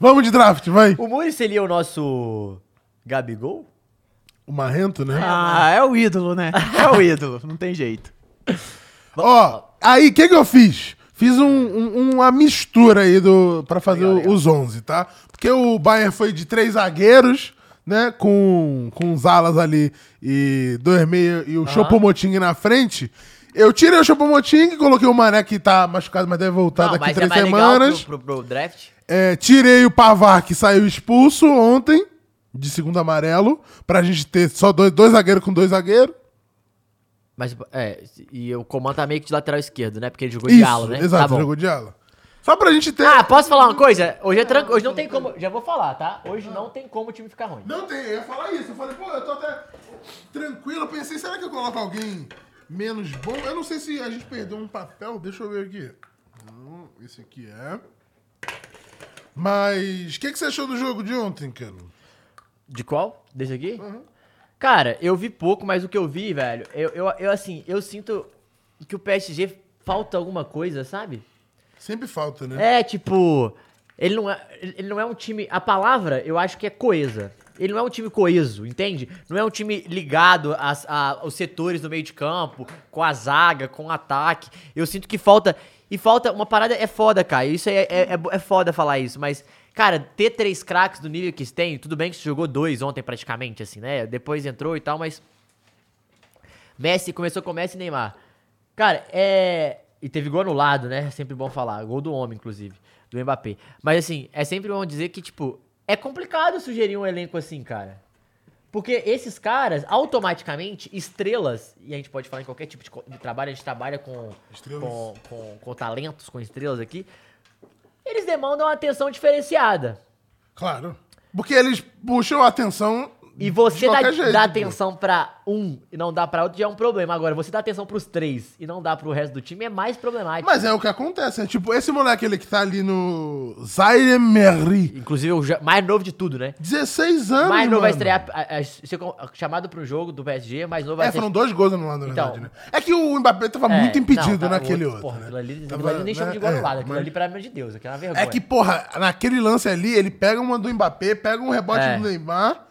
Speaker 2: Vamos de draft, vai.
Speaker 1: O Mules seria o nosso Gabigol?
Speaker 2: O marrento, né?
Speaker 3: Ah, é o ídolo, né? É o ídolo, não tem jeito.
Speaker 2: Ó, aí, o que que eu fiz? Fiz um- um- uma mistura aí do, pra fazer os 11, tá? Porque o Bayern foi de três zagueiros, né? Com, com os alas ali e dois meia e o Chopomoting na frente. Eu tirei o Chopomoting, coloquei o Mané que tá machucado, mas deve voltar daqui três semanas.
Speaker 1: é legal pro, pro- pro draft.
Speaker 2: É, tirei o Pavar, que saiu expulso ontem, de segundo amarelo, pra gente ter só dois, dois zagueiros com dois zagueiros.
Speaker 1: Mas, é, e o comando tá meio que de lateral esquerdo, né? Porque ele jogou de
Speaker 2: Isso,
Speaker 1: ala, né?
Speaker 2: exato,
Speaker 1: tá bom.
Speaker 2: jogou de ala. Só pra gente ter...
Speaker 1: Ah, posso falar uma coisa? Hoje é tranquilo. Hoje não tem como. Já vou falar, tá? Hoje não tem como o time ficar ruim.
Speaker 2: Não tem, eu ia falar isso. Eu falei, pô, eu tô até tranquilo. Eu pensei, será que eu coloco alguém menos bom? Eu não sei se a gente perdeu um papel. Deixa eu ver aqui. Hum, Esse aqui é. Mas, o que, que você achou do jogo de ontem, cara?
Speaker 1: De qual? Desse aqui? Cara, eu vi pouco, mas o que eu vi, velho, eu, eu, eu, assim, eu sinto que o PSG falta alguma coisa, sabe?
Speaker 2: Sempre falta, né?
Speaker 1: É, tipo, ele não é, ele ele não é um time. A palavra, eu acho que é coesa. Ele não é um time coeso, entende? Não é um time ligado às- a- aos setores do meio de campo, com a zaga, com o ataque. Eu sinto que falta. E falta. Uma parada é foda, cara. Isso é, é, é, bo- é foda falar isso, mas. Cara, ter três craques do nível que tem, tudo bem que você jogou dois ontem praticamente, assim, né? Depois entrou e tal, mas. Messi começou com Messi e Neymar. Cara, é. E teve gol anulado, né? Sempre bom falar. Gol do homem, inclusive. Do Mbappé. Mas assim, é sempre bom dizer que, tipo, é complicado sugerir um elenco assim, cara. Porque esses caras, automaticamente, estrelas, e a gente pode falar em qualquer tipo de, co- de trabalho, a gente trabalha com,
Speaker 2: Estrelas.
Speaker 1: com, com, com talentos, com estrelas aqui, eles demandam uma atenção diferenciada.
Speaker 2: Claro. Porque eles puxam a atenção.
Speaker 1: E você dá, dá
Speaker 2: pô.
Speaker 1: atenção pra um e não dá pra outro já é um problema. Agora, você dá atenção pros três e não dá pro resto do time é mais problemático.
Speaker 2: Mas é o que acontece, né? Tipo, esse moleque ele que tá ali no Zaire Merri.
Speaker 1: Inclusive, o ja- mais novo de tudo, né?
Speaker 2: 16 anos.
Speaker 1: mais novo vai
Speaker 2: mano.
Speaker 1: estrear, a- a- ser co- chamado pro jogo do PSG, mais novo vai
Speaker 2: É,
Speaker 1: ser...
Speaker 2: foram dois gols anulados, na
Speaker 1: Tipo assim, Então-
Speaker 2: verdade, né? É que o Mbappé tava
Speaker 1: É,
Speaker 2: muito
Speaker 1: não,
Speaker 2: impedido
Speaker 1: tá,
Speaker 2: naquele
Speaker 1: outro,
Speaker 2: outro,
Speaker 1: Porra,
Speaker 2: né?
Speaker 1: aquilo ali, aquilo
Speaker 2: Tava,
Speaker 1: ali nem chama
Speaker 2: né,
Speaker 1: de gol
Speaker 2: é,
Speaker 1: anulado, aquilo
Speaker 2: mas-
Speaker 1: ali, pelo amor de Deus, aquela vergonha.
Speaker 2: É que, porra, naquele lance ali, ele pega uma do Mbappé, pega um rebote
Speaker 1: É.
Speaker 2: do Neymar,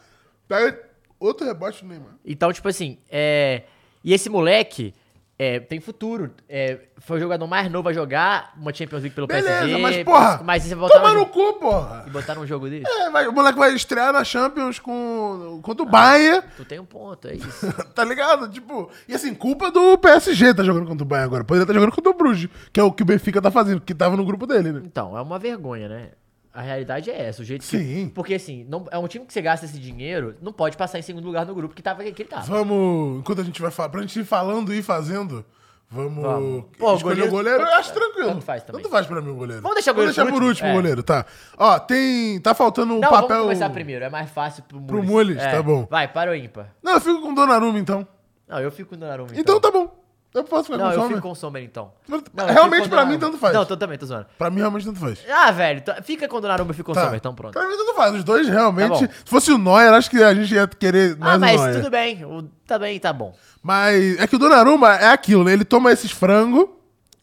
Speaker 2: pega outro rebote do Neymar.
Speaker 1: Então, tipo assim, é... E esse moleque, é, tem futuro. É, foi o jogador mais novo a jogar uma Champions League pelo
Speaker 2: Beleza,
Speaker 1: PSG.
Speaker 2: mas porra,
Speaker 1: Mas você botar
Speaker 2: toma
Speaker 1: um,
Speaker 2: no cu, porra.
Speaker 1: e botar um jogo desse?
Speaker 2: É, vai- o moleque vai estrear na Champions com, contra o Bayern,
Speaker 1: Tu tem um ponto, é isso.
Speaker 2: tá ligado? Tipo, e assim, culpa do PSG tá jogando contra o Bayern agora. Poderia estar jogando contra o Bruges, que é o que o Benfica tá fazendo, que tava no grupo dele, né?
Speaker 1: Então, é uma vergonha, né? A realidade é essa, o jeito
Speaker 2: Sim.
Speaker 1: que... Porque assim, não, é um time que você gasta esse dinheiro, não pode passar em segundo lugar no grupo que, tava, que ele tava.
Speaker 2: Vamos, enquanto a gente vai falar, pra gente ir falando e ir fazendo, vamos,
Speaker 1: Vamos. Pô,
Speaker 2: escolher
Speaker 1: goleiro-
Speaker 2: o goleiro, eu acho tranquilo.
Speaker 1: tanto faz também.
Speaker 2: Tanto faz pra mim o goleiro.
Speaker 1: Vamos deixar o
Speaker 2: Vamos
Speaker 1: goleiro
Speaker 2: deixar
Speaker 1: por
Speaker 2: por último
Speaker 1: último,
Speaker 2: o
Speaker 1: é.
Speaker 2: goleiro, tá. Ó, tem, tá faltando um
Speaker 1: Não,
Speaker 2: papel...
Speaker 1: vamos começar primeiro, é mais fácil pro Mules.
Speaker 2: Mules,
Speaker 1: É,
Speaker 2: tá bom.
Speaker 1: Vai, para o ímpar.
Speaker 2: Não, eu fico com o Donnarumma, então.
Speaker 1: Não, eu fico com o Donnarumma,
Speaker 2: Então tá bom. Eu posso ficar
Speaker 1: Não,
Speaker 2: com o
Speaker 1: eu
Speaker 2: Sommer.
Speaker 1: fico com o Sommer, então.
Speaker 2: Mas,
Speaker 1: Não, eu
Speaker 2: realmente,
Speaker 1: fico com o
Speaker 2: pra mim,
Speaker 1: Donnarumma.
Speaker 2: tanto faz.
Speaker 1: Não, tô também, tô zoando.
Speaker 2: Pra mim, realmente, tanto faz.
Speaker 1: Ah, velho, tô- fica com o Donnarumma, eu fico com o
Speaker 2: Tá.
Speaker 1: Sommer, então pronto.
Speaker 2: Pra mim, tanto faz. Os dois, realmente...
Speaker 1: Tá bom.
Speaker 2: se fosse o Neuer, acho que a gente ia querer mais é.
Speaker 1: Ah,
Speaker 2: o
Speaker 1: mas
Speaker 2: Neuer.
Speaker 1: tudo bem, o, tá bem, tá bom.
Speaker 2: Mas é que o Donnarumma é aquilo, né? Ele toma esses frangos...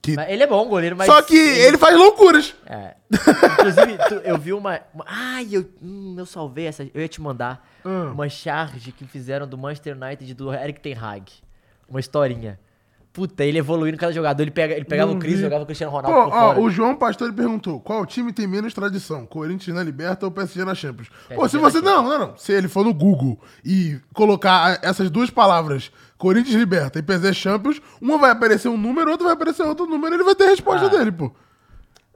Speaker 2: Que...
Speaker 1: Mas ele é bom goleiro, mas...
Speaker 2: Só que ele faz loucuras.
Speaker 1: É. Inclusive, tu- eu vi uma. uma- ai, eu, hum, eu salvei essa. Eu ia te mandar
Speaker 2: Hum.
Speaker 1: uma charge que fizeram do Manchester United do Eric Ten Hag. Uma historinha. Puta, ele evoluindo cada jogador. Ele, pega, ele pegava o Cris,
Speaker 2: vi.
Speaker 1: jogava o Cristiano
Speaker 2: Uhum. Pô,
Speaker 1: Ronaldo por
Speaker 2: ó,
Speaker 1: fora.
Speaker 2: o João Pastor ele perguntou: qual time tem menos tradição? Corinthians na Liberta ou PSG na Champions? Pô,
Speaker 1: PSG
Speaker 2: se
Speaker 1: na
Speaker 2: você. Não, não, não. Se ele for no Google e colocar a- essas duas palavras, Corinthians Liberta e PSG Champions, uma vai aparecer um número, outra vai aparecer outro número, ele vai ter a resposta
Speaker 1: Ah.
Speaker 2: dele, pô.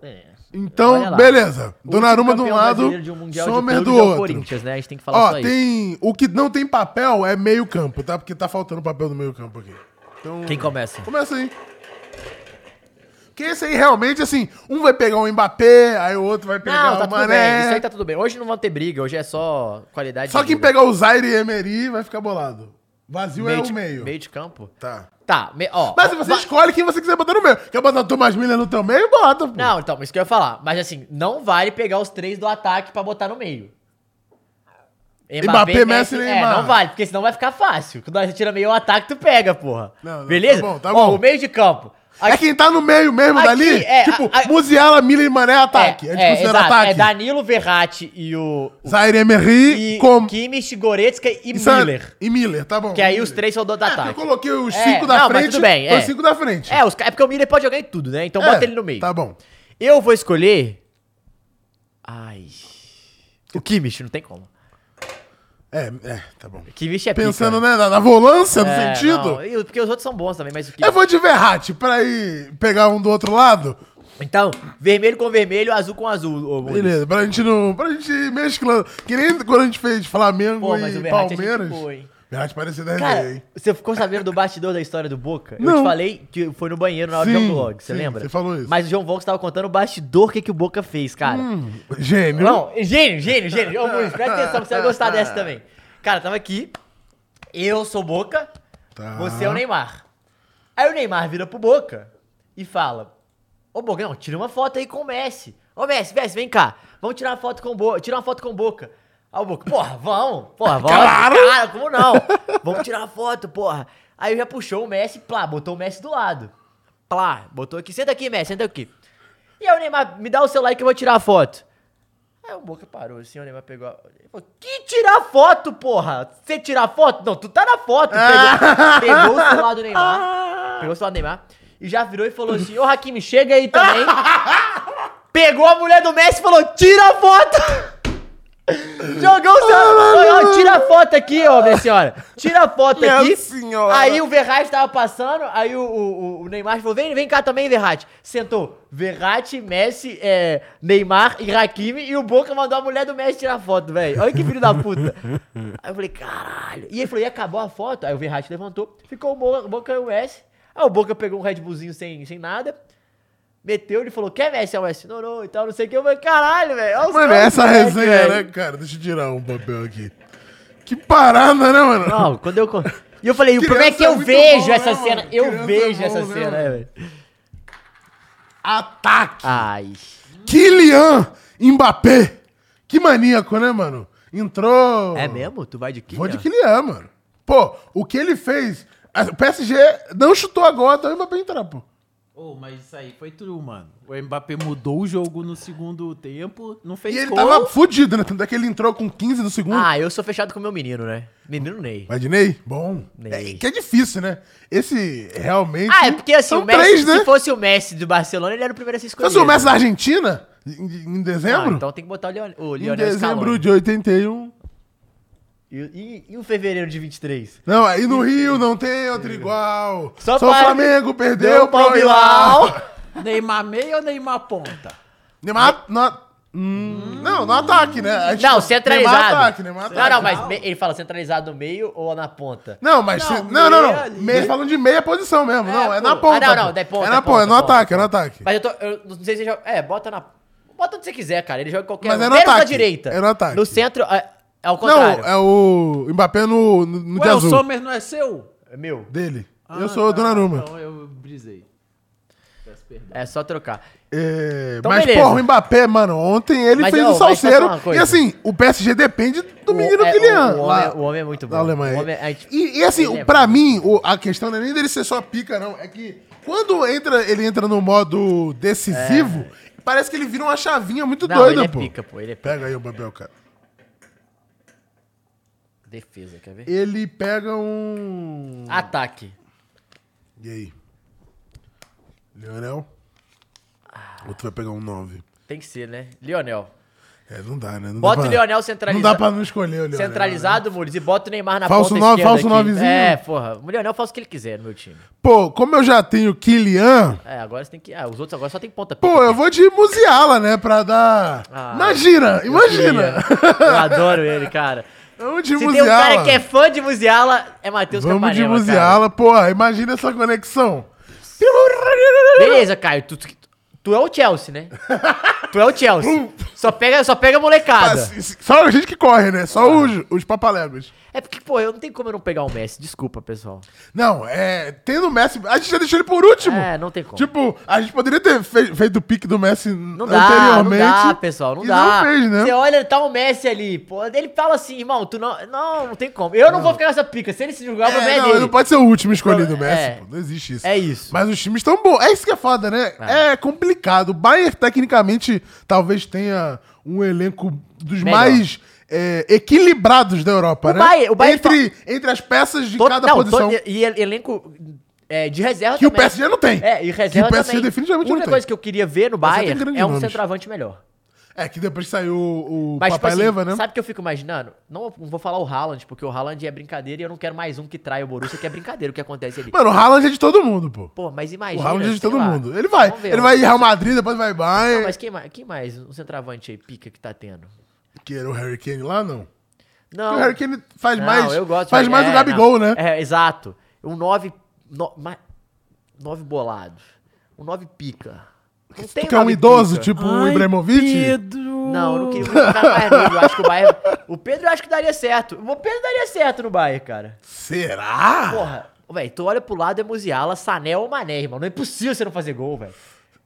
Speaker 1: É. Olha
Speaker 2: Então,
Speaker 1: lá.
Speaker 2: beleza.
Speaker 1: O
Speaker 2: Donnarumma de um
Speaker 1: campeão
Speaker 2: lado,
Speaker 1: brasileiro de um Mundial de
Speaker 2: Sommer
Speaker 1: clubes
Speaker 2: do
Speaker 1: é o
Speaker 2: outro.
Speaker 1: Corinthians, né? A gente tem que falar
Speaker 2: Ó,
Speaker 1: só isso.
Speaker 2: tem. O que não tem papel é meio campo, tá? Porque tá faltando papel no meio campo aqui. Então,
Speaker 1: Quem começa?
Speaker 2: Começa aí. Porque esse aí realmente, assim, um vai pegar um Mbappé, aí o outro vai pegar
Speaker 1: Não, tá
Speaker 2: o
Speaker 1: tudo
Speaker 2: Mané.
Speaker 1: bem. Isso aí tá tudo bem. Hoje não vão ter briga, hoje é só qualidade.
Speaker 2: Só
Speaker 1: de
Speaker 2: quem
Speaker 1: vida.
Speaker 2: pegar o Zaire e Emery vai ficar bolado. Vazio é
Speaker 1: meio,
Speaker 2: o
Speaker 1: de,
Speaker 2: meio.
Speaker 1: meio de campo.
Speaker 2: Tá.
Speaker 1: Tá, me- ó.
Speaker 2: Mas se você
Speaker 1: va-
Speaker 2: escolhe quem você quiser botar no meio. Quer botar o Thomas Miller no teu meio, bota. pô.
Speaker 1: Não, então, isso que eu ia falar. Mas assim, não vale pegar os três do ataque pra botar no meio.
Speaker 2: Mbappé, Messi, Neymar.
Speaker 1: É, não vale, porque senão vai ficar fácil. Quando você tira meio o ataque, tu pega, porra.
Speaker 2: Não, não,
Speaker 1: Beleza?
Speaker 2: tá bom, tá
Speaker 1: Ó,
Speaker 2: bom.
Speaker 1: o meio de campo.
Speaker 2: é quem tá no meio mesmo
Speaker 1: Aqui,
Speaker 2: dali.
Speaker 1: é,
Speaker 2: tipo,
Speaker 1: a- a-
Speaker 2: Musiala, Miller e Mané ataque. É,
Speaker 1: é,
Speaker 2: tipo,
Speaker 1: exato.
Speaker 2: ataque.
Speaker 1: É Danilo, Verratti e o... o
Speaker 2: Zaire Emery
Speaker 1: e
Speaker 2: com...
Speaker 1: Kimmich, Goretzka e,
Speaker 2: Sa-
Speaker 1: Miller.
Speaker 2: E Miller, tá bom.
Speaker 1: Que aí os
Speaker 2: Miller.
Speaker 1: três são do do
Speaker 2: É, porque eu
Speaker 1: ataque.
Speaker 2: coloquei os
Speaker 1: É,
Speaker 2: cinco da
Speaker 1: não, mas
Speaker 2: frente.
Speaker 1: tudo bem,
Speaker 2: foi
Speaker 1: é.
Speaker 2: os cinco da frente.
Speaker 1: É, os, ca- é porque o Miller pode jogar em tudo, né? Então
Speaker 2: É,
Speaker 1: bota ele no meio.
Speaker 2: Tá bom.
Speaker 1: Eu vou escolher... Ai... O Kimmich, não tem como.
Speaker 2: É, é, tá bom.
Speaker 1: Kimmich é
Speaker 2: Pensando,
Speaker 1: pica.
Speaker 2: né, na, na volância, no
Speaker 1: É,
Speaker 2: sentido.
Speaker 1: não, e o- porque os outros são bons também, mas o que.
Speaker 2: Eu vou de Verratti pra ir pegar um do outro lado.
Speaker 1: Então, vermelho com vermelho, azul com azul. ô, Muniz.
Speaker 2: Beleza, pra gente não. Pra gente ir mesclando. Que nem quando a gente fez Flamengo
Speaker 1: Pô, mas o
Speaker 2: e
Speaker 1: Verratti é gente
Speaker 2: Palmeiras.
Speaker 1: boa, hein?
Speaker 2: Verratti parecia da
Speaker 1: Cara,
Speaker 2: RB, hein?
Speaker 1: você ficou sabendo do bastidor da história do Boca? Eu
Speaker 2: Não.
Speaker 1: te falei que foi no banheiro na hora do
Speaker 2: Sim,
Speaker 1: jogo log, você
Speaker 2: sim,
Speaker 1: lembra?
Speaker 2: você falou isso.
Speaker 1: Mas o João Vox tava contando o bastidor que, que o Boca fez, cara.
Speaker 2: Hum, gênio.
Speaker 1: Não, gênio, gênio, gênio. Ô, Muniz, presta atenção que você vai gostar dessa também. Cara, tava aqui. Eu sou Boca,
Speaker 2: Tá.
Speaker 1: você é o Neymar. Aí o Neymar vira pro Boca e fala: Ô Boca, não, tira uma foto aí com o Messi. Ô Messi, Messi, vem cá. Vamos tirar uma foto com o Boca. Tira uma foto com o Boca. Aí o Boca, porra, vamos. Porra, vamos.
Speaker 2: Claro!
Speaker 1: Cara, como não? Vamos tirar uma foto, porra. Aí já puxou o Messi, plá, botou o Messi do lado. Plá, botou aqui. Senta aqui, Messi, senta aqui. E aí o Neymar, me dá o celular que eu vou tirar a foto. Aí o Boca parou assim, o Neymar pegou. a- Ele falou, que tirar foto, porra? Você tirar foto? Não, tu tá na foto. Pegou, pegou o celular do Neymar. Pegou o celular do Neymar. E já virou e falou assim, ô Hakimi, chega aí também. pegou a mulher do Messi e falou, tira a foto. Jogou o celular. Ó, tira a foto aqui, ó, minha senhora. Tira a foto
Speaker 2: Minha
Speaker 1: aqui.
Speaker 2: senhora.
Speaker 1: Aí o Verratti tava passando, aí o, o- o Neymar falou, vem, vem cá também, Verratti. Sentou Verratti, Messi, é, Neymar e Hakimi, e o Boca mandou a mulher do Messi tirar foto, velho. Olha que filho da puta. Aí eu falei, caralho. E ele falou, e acabou a foto? Aí o Verratti levantou, ficou o Bo- Boca e o Messi. Aí o Boca pegou um Red Bullzinho sem, sem nada, meteu, ele falou, quer Messi? É o Messi, não, não, e tal, não sei o que. Eu falei, caralho, velho. olha os
Speaker 2: Mano, é
Speaker 1: caras,
Speaker 2: essa
Speaker 1: moleque,
Speaker 2: resenha,
Speaker 1: velho."
Speaker 2: né, cara? Deixa eu tirar um papel aqui. Que parada, né, mano?
Speaker 1: Não, quando eu. con- E eu falei, o problema é que
Speaker 2: Criança é
Speaker 1: eu
Speaker 2: muito
Speaker 1: vejo
Speaker 2: bom,
Speaker 1: essa
Speaker 2: né,
Speaker 1: cena.
Speaker 2: mano?
Speaker 1: Eu
Speaker 2: Criança é
Speaker 1: vejo
Speaker 2: bom,
Speaker 1: essa
Speaker 2: né,
Speaker 1: cena, né, velho?
Speaker 2: Ataque!
Speaker 1: Ai.
Speaker 2: Kylian Mbappé. Que maníaco, né, mano? Entrou.
Speaker 1: É mesmo? Tu vai de quê?
Speaker 2: Vou de Kylian, mano. Pô, o que ele fez. a- O PSG não chutou a gota, aí o Mbappé entrar, pô.
Speaker 3: Ô, mas isso aí foi true, mano. O Mbappé mudou o jogo no segundo tempo, não fez
Speaker 2: E ele
Speaker 3: gol.
Speaker 2: tava fudido, né? Tanto é que ele entrou com 15 do segundo.
Speaker 1: Ah, eu sou fechado com o meu menino, né? Menino Ney.
Speaker 2: Mas Dinei, bom.
Speaker 1: Ney.
Speaker 2: É, que é difícil, né? Esse realmente.
Speaker 1: Ah, é porque assim,
Speaker 2: são
Speaker 1: o Messi,
Speaker 2: três,
Speaker 1: se
Speaker 2: né?
Speaker 1: fosse o Messi do Barcelona, ele era o primeiro a ser
Speaker 2: Se
Speaker 1: escolhido.
Speaker 2: fosse o Messi da Argentina, em, em dezembro.
Speaker 1: Não, então tem que botar o, Leon, o
Speaker 2: em
Speaker 1: Lionel
Speaker 2: dezembro
Speaker 1: Scaloni.
Speaker 2: de 81.
Speaker 1: E, e, e o fevereiro de 23?
Speaker 2: Não, aí no Rio não tem outro igual. Só,
Speaker 1: Só
Speaker 2: o
Speaker 1: para-
Speaker 2: Flamengo perdeu
Speaker 1: Deu um
Speaker 2: pro Bilal.
Speaker 3: Neymar meia ou Neymar ponta?
Speaker 2: Neymar. No... Hum, Não, no ataque, né? A gente-
Speaker 1: Não, centralizado.
Speaker 2: Neymar ataque, Neymar tá
Speaker 1: não,
Speaker 2: ataque.
Speaker 1: não, mas me- ele fala centralizado no meio ou na ponta?
Speaker 2: Não, mas.
Speaker 3: Não,
Speaker 2: se- Não, não,
Speaker 3: meia
Speaker 2: não.
Speaker 3: ali.
Speaker 2: Meia, falando de meia posição mesmo. não, é
Speaker 3: pô.
Speaker 2: na ponta.
Speaker 1: Ah, não, não,
Speaker 2: pô.
Speaker 1: é ponta,
Speaker 2: É na
Speaker 1: é
Speaker 2: ponta, é no
Speaker 1: ponta,
Speaker 2: ataque, é no ataque.
Speaker 1: Mas eu tô. Eu não sei se ele joga. É, bota na. Bota onde você quiser, cara. Ele joga em qualquer um,
Speaker 2: Mas é no
Speaker 1: menos na
Speaker 2: ataque,
Speaker 1: direita.
Speaker 2: é no ataque.
Speaker 1: No centro. É, é ao
Speaker 2: Não,
Speaker 1: contrário.
Speaker 2: é o Mbappé no, no, no de
Speaker 3: Ué, o
Speaker 2: azul.
Speaker 3: Sommer não é seu?
Speaker 1: é... Meu.
Speaker 2: Dele.
Speaker 3: Ah,
Speaker 2: eu sou o
Speaker 3: tá,
Speaker 2: Donnarumma.
Speaker 3: Então eu brisei. Peço perdão.
Speaker 1: É só trocar.
Speaker 2: É,
Speaker 1: Então,
Speaker 2: mas,
Speaker 1: beleza.
Speaker 2: porra, o Mbappé, mano, ontem ele
Speaker 1: Mas,
Speaker 2: fez
Speaker 1: ó,
Speaker 2: o
Speaker 1: mas posso falar
Speaker 2: Salseiro.
Speaker 1: uma coisa?
Speaker 2: E assim, o PSG depende do menino
Speaker 1: é,
Speaker 2: Kylian.
Speaker 1: o, o,
Speaker 2: lá
Speaker 1: homem, o homem é muito bom.
Speaker 2: da Alemanha.
Speaker 1: O homem, a gente-
Speaker 2: e, e assim,
Speaker 1: ele é
Speaker 2: pra
Speaker 1: bom.
Speaker 2: mim, o- a questão não é nem dele ser só pica, não. É que quando entra, ele entra no modo decisivo, parece que ele vira uma chavinha muito
Speaker 1: É. Não,
Speaker 2: doida,
Speaker 1: ele é
Speaker 2: pô.
Speaker 1: pica, pô. Ele é pica.
Speaker 2: Pega aí o Babel, cara.
Speaker 1: Defesa, quer ver?
Speaker 2: Ele pega um.
Speaker 1: Ataque.
Speaker 2: E aí? Leonel?
Speaker 1: Ah.
Speaker 2: Outro vai pegar um 9.
Speaker 1: Tem que ser, né? Lionel.
Speaker 2: É, não dá, né? Não
Speaker 1: Bota
Speaker 2: dá
Speaker 1: o Lionel centraliza-
Speaker 2: Não dá pra não escolher o Lionel. né?
Speaker 1: Centralizado, Muris, e bota o Neymar na
Speaker 2: Falso
Speaker 1: ponta
Speaker 2: nove,
Speaker 1: esquerda
Speaker 2: falso
Speaker 1: aqui.
Speaker 2: novezinho.
Speaker 1: É, porra. O Lionel faz o que ele quiser no meu time.
Speaker 2: Pô, como eu já tenho Kylian,
Speaker 1: É, agora você tem que... Ah, os outros agora só tem ponta.
Speaker 2: pô, eu vou de Muziala, né? Pra dar.
Speaker 1: Ah.
Speaker 2: imagina, imagina.
Speaker 1: né? Eu adoro ele, cara.
Speaker 2: Vamos de
Speaker 1: Se tem um cara
Speaker 2: Muziala.
Speaker 1: que é fã de Muziala, é Matheus
Speaker 2: Vamos de
Speaker 1: Capanema,
Speaker 2: Muziala, porra, imagina essa conexão.
Speaker 1: cara. Beleza, Caio. Tu, tu, tu é o Chelsea, né? tu é o Chelsea. só, pega, só pega a
Speaker 2: Ah,
Speaker 1: molecada.
Speaker 2: s- s- Só a gente que corre, né?
Speaker 1: Ah.
Speaker 2: Só os, os papalebras.
Speaker 1: É porque, pô, eu não tenho como eu não pegar o Messi. Desculpa, pessoal.
Speaker 2: Não, é. Tendo o Messi. A gente já deixou ele por último.
Speaker 1: É, não tem como.
Speaker 2: Tipo, a gente poderia ter fe- feito o pique do Messi
Speaker 1: Não dá, não dá, pessoal, não
Speaker 2: e
Speaker 1: dá.
Speaker 2: Não fez, né?
Speaker 1: Você olha, tá o Messi ali, pô, ele fala assim, irmão, tu não, não, não tem como. Eu não, vou ficar nessa pica, se ele se jogar, o problema
Speaker 2: É,
Speaker 1: é
Speaker 2: não,
Speaker 1: dele.
Speaker 2: não pode ser o último escolhido, o Messi.
Speaker 1: É.
Speaker 2: pô, não existe isso.
Speaker 1: É isso. Ah.
Speaker 2: Mas os times estão bons. É isso que é foda, né? É, complicado. O Bayern, tecnicamente, talvez tenha um elenco dos
Speaker 1: Melhor.
Speaker 2: mais é, equilibrados da Europa,
Speaker 1: O
Speaker 2: né?
Speaker 1: Bayern- o Bayern
Speaker 2: entre, entre as peças de
Speaker 1: Todo-
Speaker 2: cada
Speaker 1: não,
Speaker 2: posição.
Speaker 1: todo- e el- elenco é, de reserva
Speaker 2: Que o
Speaker 1: também.
Speaker 2: PSG não tem.
Speaker 1: É, e reserva
Speaker 2: Que o PSG
Speaker 1: também.
Speaker 2: definitivamente
Speaker 1: A
Speaker 2: não
Speaker 1: única
Speaker 2: tem.
Speaker 1: coisa que eu queria ver no
Speaker 2: PSG tem
Speaker 1: Bayern
Speaker 2: grandes
Speaker 1: é um
Speaker 2: nomes.
Speaker 1: centroavante melhor.
Speaker 2: É, que depois saiu o, o
Speaker 1: Mas, tipo
Speaker 2: Papai
Speaker 1: assim,
Speaker 2: Leva, né?
Speaker 1: sabe o que eu fico imaginando? Não, não vou falar o Haaland, porque o Haaland é brincadeira e eu não quero mais um que trai o Borussia, que é brincadeira o que acontece ali.
Speaker 2: Mano, o Haaland é de todo mundo, pô.
Speaker 1: Pô, mas
Speaker 2: O
Speaker 1: imagina,
Speaker 2: Haaland é de
Speaker 1: sei
Speaker 2: todo
Speaker 1: lá.
Speaker 2: mundo. Ele vai.
Speaker 1: Vamos ver,
Speaker 2: Ele
Speaker 1: vamos
Speaker 2: vai Real Madrid, depois vai
Speaker 1: Não,
Speaker 2: Bayern.
Speaker 1: mas quem mais, quem mais um centroavante aí pica que tá tendo?
Speaker 2: Que era o Harry Kane lá, não.
Speaker 1: Não.
Speaker 2: O Harry Kane faz
Speaker 1: não,
Speaker 2: mais,
Speaker 1: eu gosto,
Speaker 2: faz
Speaker 1: mas-
Speaker 2: mais
Speaker 1: é,
Speaker 2: o Gabigol,
Speaker 1: não.
Speaker 2: né?
Speaker 1: É, exato. Um 9 nove bolados. Um 9 pica. Não tem
Speaker 2: Tu quer um
Speaker 1: nove
Speaker 2: idoso,
Speaker 1: pica.
Speaker 2: tipo o
Speaker 3: Ai,
Speaker 2: Ibrahimovic?
Speaker 3: Pedro.
Speaker 1: Não, eu não queria colocar mais nele. Eu acho que o Bayern... O Pedro eu acho que daria certo. O Pedro daria certo no Bayern, cara.
Speaker 2: Será?
Speaker 1: Porra, velho, tu olha pro lado é Musiala, Sané ou Mané, irmão. Não é impossível você não fazer gol, velho.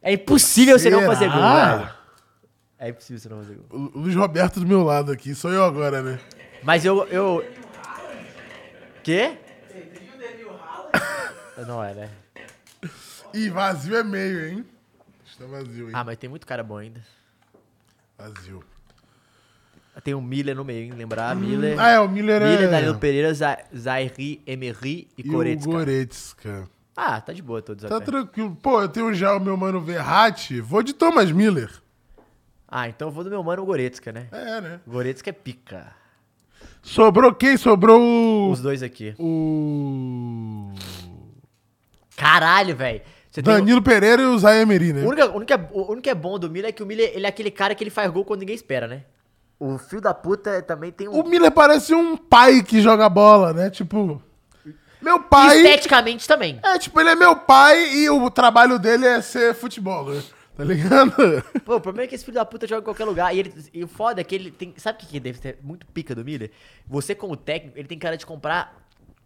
Speaker 1: É impossível você não
Speaker 2: Será?
Speaker 1: fazer gol, velho. É impossível você não fazer gol.
Speaker 2: O Luiz Roberto do meu lado aqui, sou eu agora, né?
Speaker 1: Mas eu. eu... Quê? Não é, né?
Speaker 2: Ih, vazio é meio, hein? Está vazio, hein?
Speaker 1: Ah, mas tem muito cara bom ainda.
Speaker 2: Vazio.
Speaker 1: Tem o Miller no meio, hein? Lembrar. Miller.
Speaker 2: Ah, é, o Miller,
Speaker 1: Miller,
Speaker 2: é...
Speaker 1: Danilo Pereira, Za- Zairi, Emery e
Speaker 2: e o
Speaker 1: Goretzka.
Speaker 2: Goretzka.
Speaker 1: Ah, tá de boa todos
Speaker 2: Tá
Speaker 1: até.
Speaker 2: tranquilo. Pô, eu tenho já o meu mano Verratti, vou de Thomas Miller.
Speaker 1: Ah, então eu vou do meu mano o Goretzka, né?
Speaker 2: É, né?
Speaker 1: Goretzka é pica.
Speaker 2: Sobrou quem? Sobrou
Speaker 1: Os dois aqui.
Speaker 2: o... O...
Speaker 1: Caralho, velho. Você tem
Speaker 2: Danilo Pereira e o Zay Emery, né?
Speaker 1: O único, o, único é, o único que é bom do Miller é que o Miller ele é aquele cara que ele faz gol quando ninguém espera, né? O fio da puta também tem um.
Speaker 2: O Miller parece um pai que joga bola, né? Tipo... Meu pai...
Speaker 1: Esteticamente também.
Speaker 2: É, tipo, ele é meu pai e o trabalho dele é ser futebol, né? Tá ligado?
Speaker 1: Pô, o problema é que esse filho da puta joga em qualquer lugar. E, ele, e o foda é que ele tem. Sabe o que, que deve ser muito pica do Miller? Você, como técnico, ele tem cara de comprar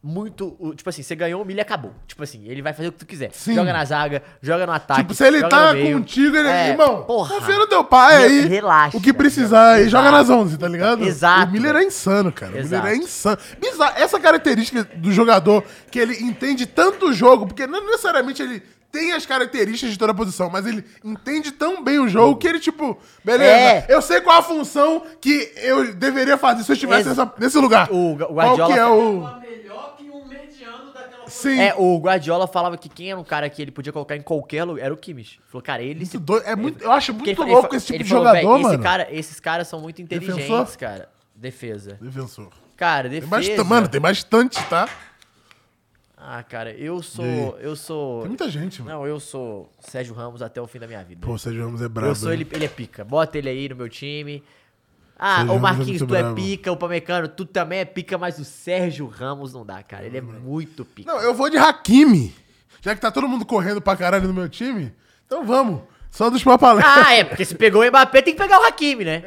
Speaker 1: muito. o- Tipo assim, você ganhou o Miller acabou. Tipo assim, ele vai fazer o que tu quiser.
Speaker 2: Sim.
Speaker 1: Joga na zaga, joga no ataque.
Speaker 2: tipo, se ele
Speaker 1: joga
Speaker 2: tá
Speaker 1: no meio.
Speaker 2: contigo, ele
Speaker 1: É,
Speaker 2: irmão,
Speaker 1: porra.
Speaker 2: confia no teu pai
Speaker 1: Re-
Speaker 2: aí.
Speaker 1: relaxa,
Speaker 2: O que precisar aí,
Speaker 1: exato.
Speaker 2: joga nas 11, tá ligado?
Speaker 1: Exato.
Speaker 2: O Miller é insano, cara. O
Speaker 1: Exato.
Speaker 2: Miller é insano. Bizarro. Essa característica do jogador que ele entende tanto o jogo, porque não necessariamente ele tem as características de toda posição, mas ele entende tão bem o jogo que ele, tipo, beleza,
Speaker 1: É.
Speaker 2: eu sei qual a função que eu deveria fazer se eu estivesse
Speaker 1: Ex-
Speaker 2: nessa- nesse lugar.
Speaker 1: O Gu-
Speaker 2: qual
Speaker 1: Guardiola-
Speaker 2: que é o...
Speaker 3: melhor que um mediano daquela
Speaker 2: Sim.
Speaker 1: É, o Guardiola falava que quem era um cara que ele podia colocar em qualquer lugar era o Kimmich. Falou, cara, ele
Speaker 2: Muito
Speaker 1: se...
Speaker 2: doido, é muito, eu acho
Speaker 1: Porque
Speaker 2: muito
Speaker 1: ele-
Speaker 2: louco
Speaker 1: ele-
Speaker 2: esse tipo
Speaker 1: ele
Speaker 2: de
Speaker 1: falou,
Speaker 2: jogador,
Speaker 1: "Véi, esse
Speaker 2: mano.
Speaker 1: cara- esses caras são muito inteligentes,
Speaker 2: Defensor?
Speaker 1: cara. Defesa.
Speaker 2: Defensor.
Speaker 1: Cara,
Speaker 2: Tem mais,
Speaker 1: defesa.
Speaker 2: mano, tem bastante, tá?
Speaker 1: Ah, cara, eu
Speaker 2: E
Speaker 1: sou... Eu sou...
Speaker 2: Tem muita gente, mano.
Speaker 1: Não, eu sou Sérgio Ramos até o fim da minha vida.
Speaker 2: Pô, o Sérgio Ramos é brabo.
Speaker 1: eu sou
Speaker 2: né?
Speaker 1: ele, ele é pica. Bota ele aí no meu time. Ah,
Speaker 2: Sérgio
Speaker 1: o
Speaker 2: Ramos é
Speaker 1: Marquinhos,
Speaker 2: muito
Speaker 1: tu é
Speaker 2: brabo.
Speaker 1: pica, o Pamecano, tu também é pica, mas o Sérgio Ramos não dá, cara. Ele é muito pica.
Speaker 2: Não, eu vou de Hakimi. Já que tá todo mundo correndo pra caralho no meu time, então vamos. Só dos papalés.
Speaker 1: Ah, é, porque se pegou o Mbappé, tem que pegar o Hakimi, né?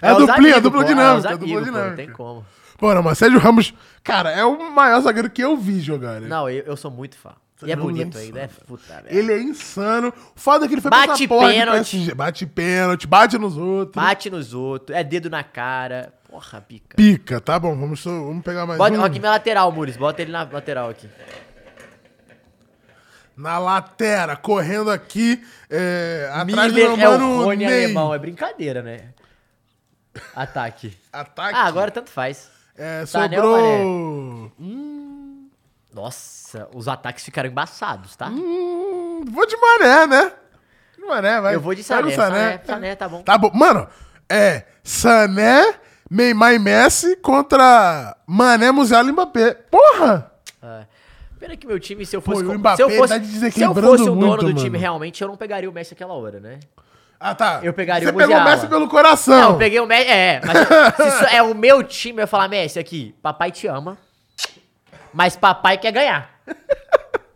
Speaker 2: É a duplinha,
Speaker 1: amigos,
Speaker 2: a dupla
Speaker 1: pô,
Speaker 2: dinâmica,
Speaker 1: é
Speaker 2: a
Speaker 1: os
Speaker 2: dupla
Speaker 1: amigos, pô, Não
Speaker 2: dinâmica.
Speaker 1: tem como.
Speaker 2: Pô, não, mas Sérgio Ramos, cara, é o maior zagueiro que eu vi jogar. né?
Speaker 1: Não, eu, eu sou muito fã. E
Speaker 2: Sérgio
Speaker 1: é
Speaker 2: Ramos é
Speaker 1: bonito
Speaker 2: insano,
Speaker 1: ainda, é puta, velho.
Speaker 2: Ele é insano. O foda é que ele foi
Speaker 1: Bate
Speaker 2: de
Speaker 1: pênalti.
Speaker 2: PSG. Bate pênalti, bate nos outros.
Speaker 1: Bate nos outros, é dedo na cara. Porra, pica.
Speaker 2: Pica, tá bom, vamos, só- vamos pegar mais
Speaker 1: Bota,
Speaker 2: um.
Speaker 1: ó, aqui minha lateral, Muris, bota ele na lateral aqui.
Speaker 2: Na latera, correndo aqui, é, atrás
Speaker 1: Miller
Speaker 2: do
Speaker 1: é
Speaker 2: meu
Speaker 1: o
Speaker 2: mano
Speaker 1: Rony
Speaker 2: Ney.
Speaker 1: alemão, é brincadeira, né? Ataque.
Speaker 2: Ataque.
Speaker 1: Ah, agora tanto faz.
Speaker 2: É,
Speaker 1: tá, né,
Speaker 2: sobrou... um-
Speaker 1: Nossa, os ataques ficaram embaçados, tá?
Speaker 2: Hum, vou de Mané, né? De Mané, vai.
Speaker 1: eu vou de
Speaker 2: Vai no
Speaker 1: Sané. Sané, Sané, tá bom.
Speaker 2: Tá bom. Mano, é Sané, Neymar e Messi contra Mané, Musiala e Mbappé. Porra!
Speaker 1: É. Pena que meu time, se eu fosse.
Speaker 2: e o
Speaker 1: co-
Speaker 2: Mbappé
Speaker 1: se eu fosse, se
Speaker 2: tá
Speaker 1: eu
Speaker 2: desequilibrando
Speaker 1: fosse o dono
Speaker 2: muito,
Speaker 1: do
Speaker 2: mano.
Speaker 1: time, realmente, eu não pegaria o Messi aquela hora, né?
Speaker 2: Ah, tá.
Speaker 1: Eu pegaria
Speaker 2: Você
Speaker 1: o
Speaker 2: pegou o
Speaker 1: Musiala.
Speaker 2: Messi pelo coração.
Speaker 1: Não, eu peguei o Messi. É, mas se isso é o meu time, eu ia falar, Messi, aqui, papai te ama, mas papai quer ganhar.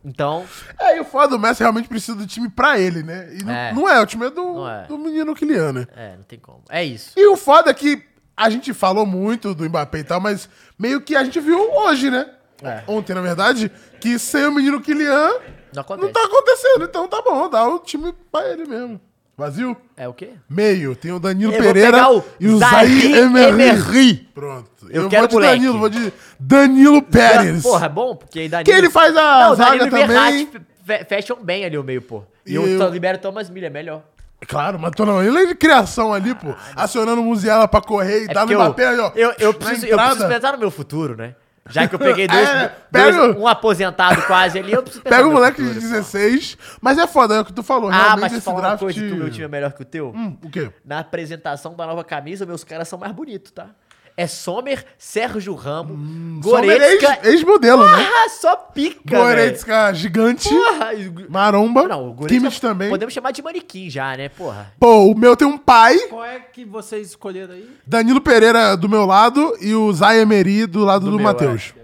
Speaker 1: Então,
Speaker 2: Aí É, o foda, o Messi realmente precisa do time pra ele, né? E não
Speaker 1: É.
Speaker 2: é, não é o time é do,
Speaker 1: Não é.
Speaker 2: do menino Kylian, né?
Speaker 1: é, não tem como. É isso.
Speaker 2: E o foda é que a gente falou muito do Mbappé e tal, mas meio que a gente viu hoje, né?
Speaker 1: É.
Speaker 2: Ontem, na verdade, que sem o menino Kylian
Speaker 1: Não
Speaker 2: não
Speaker 1: acontece.
Speaker 2: tá acontecendo. Então tá bom, dá o time pra ele mesmo. Vazio?
Speaker 1: É o quê?
Speaker 2: Meio, tem o Danilo
Speaker 1: Eu vou
Speaker 2: Pereira
Speaker 1: pegar o
Speaker 2: e o
Speaker 1: Zaire
Speaker 2: Zaire Emery.
Speaker 1: Emery.
Speaker 2: Pronto.
Speaker 1: Eu quero
Speaker 2: vou de
Speaker 1: moleque.
Speaker 2: Danilo, vou de Danilo Pérez.
Speaker 1: Porra, é bom, porque aí Danilo...
Speaker 2: que ele faz a
Speaker 1: Não,
Speaker 2: zaga
Speaker 1: Danilo e Verratti
Speaker 2: também.
Speaker 1: tipo, fe- fecham bem ali o meio, pô. E,
Speaker 2: E
Speaker 1: eu,
Speaker 2: eu-
Speaker 1: libero o Thomas Miller, é melhor.
Speaker 2: Claro, mas tô não, ele é de criação ali, pô. Acionando o Musiala pra correr e
Speaker 1: É
Speaker 2: dar no
Speaker 1: porque eu-
Speaker 2: Mbappé ali, ó.
Speaker 1: Eu, eu
Speaker 2: na
Speaker 1: preciso, eu
Speaker 2: entrada.
Speaker 1: preciso pensar no meu futuro, né? Já que eu peguei dois,
Speaker 2: É,
Speaker 1: dois-
Speaker 2: pega o-
Speaker 1: um aposentado quase ali, eu preciso pensar
Speaker 2: Pega o
Speaker 1: no meu
Speaker 2: moleque de
Speaker 1: futuro, pô.
Speaker 2: 16, mas é foda, é o que tu falou.
Speaker 1: Ah,
Speaker 2: realmente
Speaker 1: mas te
Speaker 2: esse
Speaker 1: falar uma
Speaker 2: draft...
Speaker 1: coisa, que o meu time é melhor que o teu?
Speaker 2: Hum, o quê?
Speaker 1: Na apresentação da nova camisa, meus caras são mais bonitos, tá? É Sommer, Sérgio Ramo,
Speaker 2: Hum, Sommer
Speaker 1: Goretzka...
Speaker 2: ex- Ex-modelo, né?
Speaker 1: Ah, só pica, velho.
Speaker 2: Goretzka gigante,
Speaker 1: Porra, e-
Speaker 2: maromba,
Speaker 1: Não, o Goretzka...
Speaker 2: Kimmich também.
Speaker 1: Podemos chamar de manequim já, né, porra?
Speaker 2: Pô, o meu tem um pai,
Speaker 3: Qual é que vocês escolheram aí?
Speaker 2: Danilo Pereira do meu lado e o Zay Emery do lado do,
Speaker 1: meu,
Speaker 2: Matheus.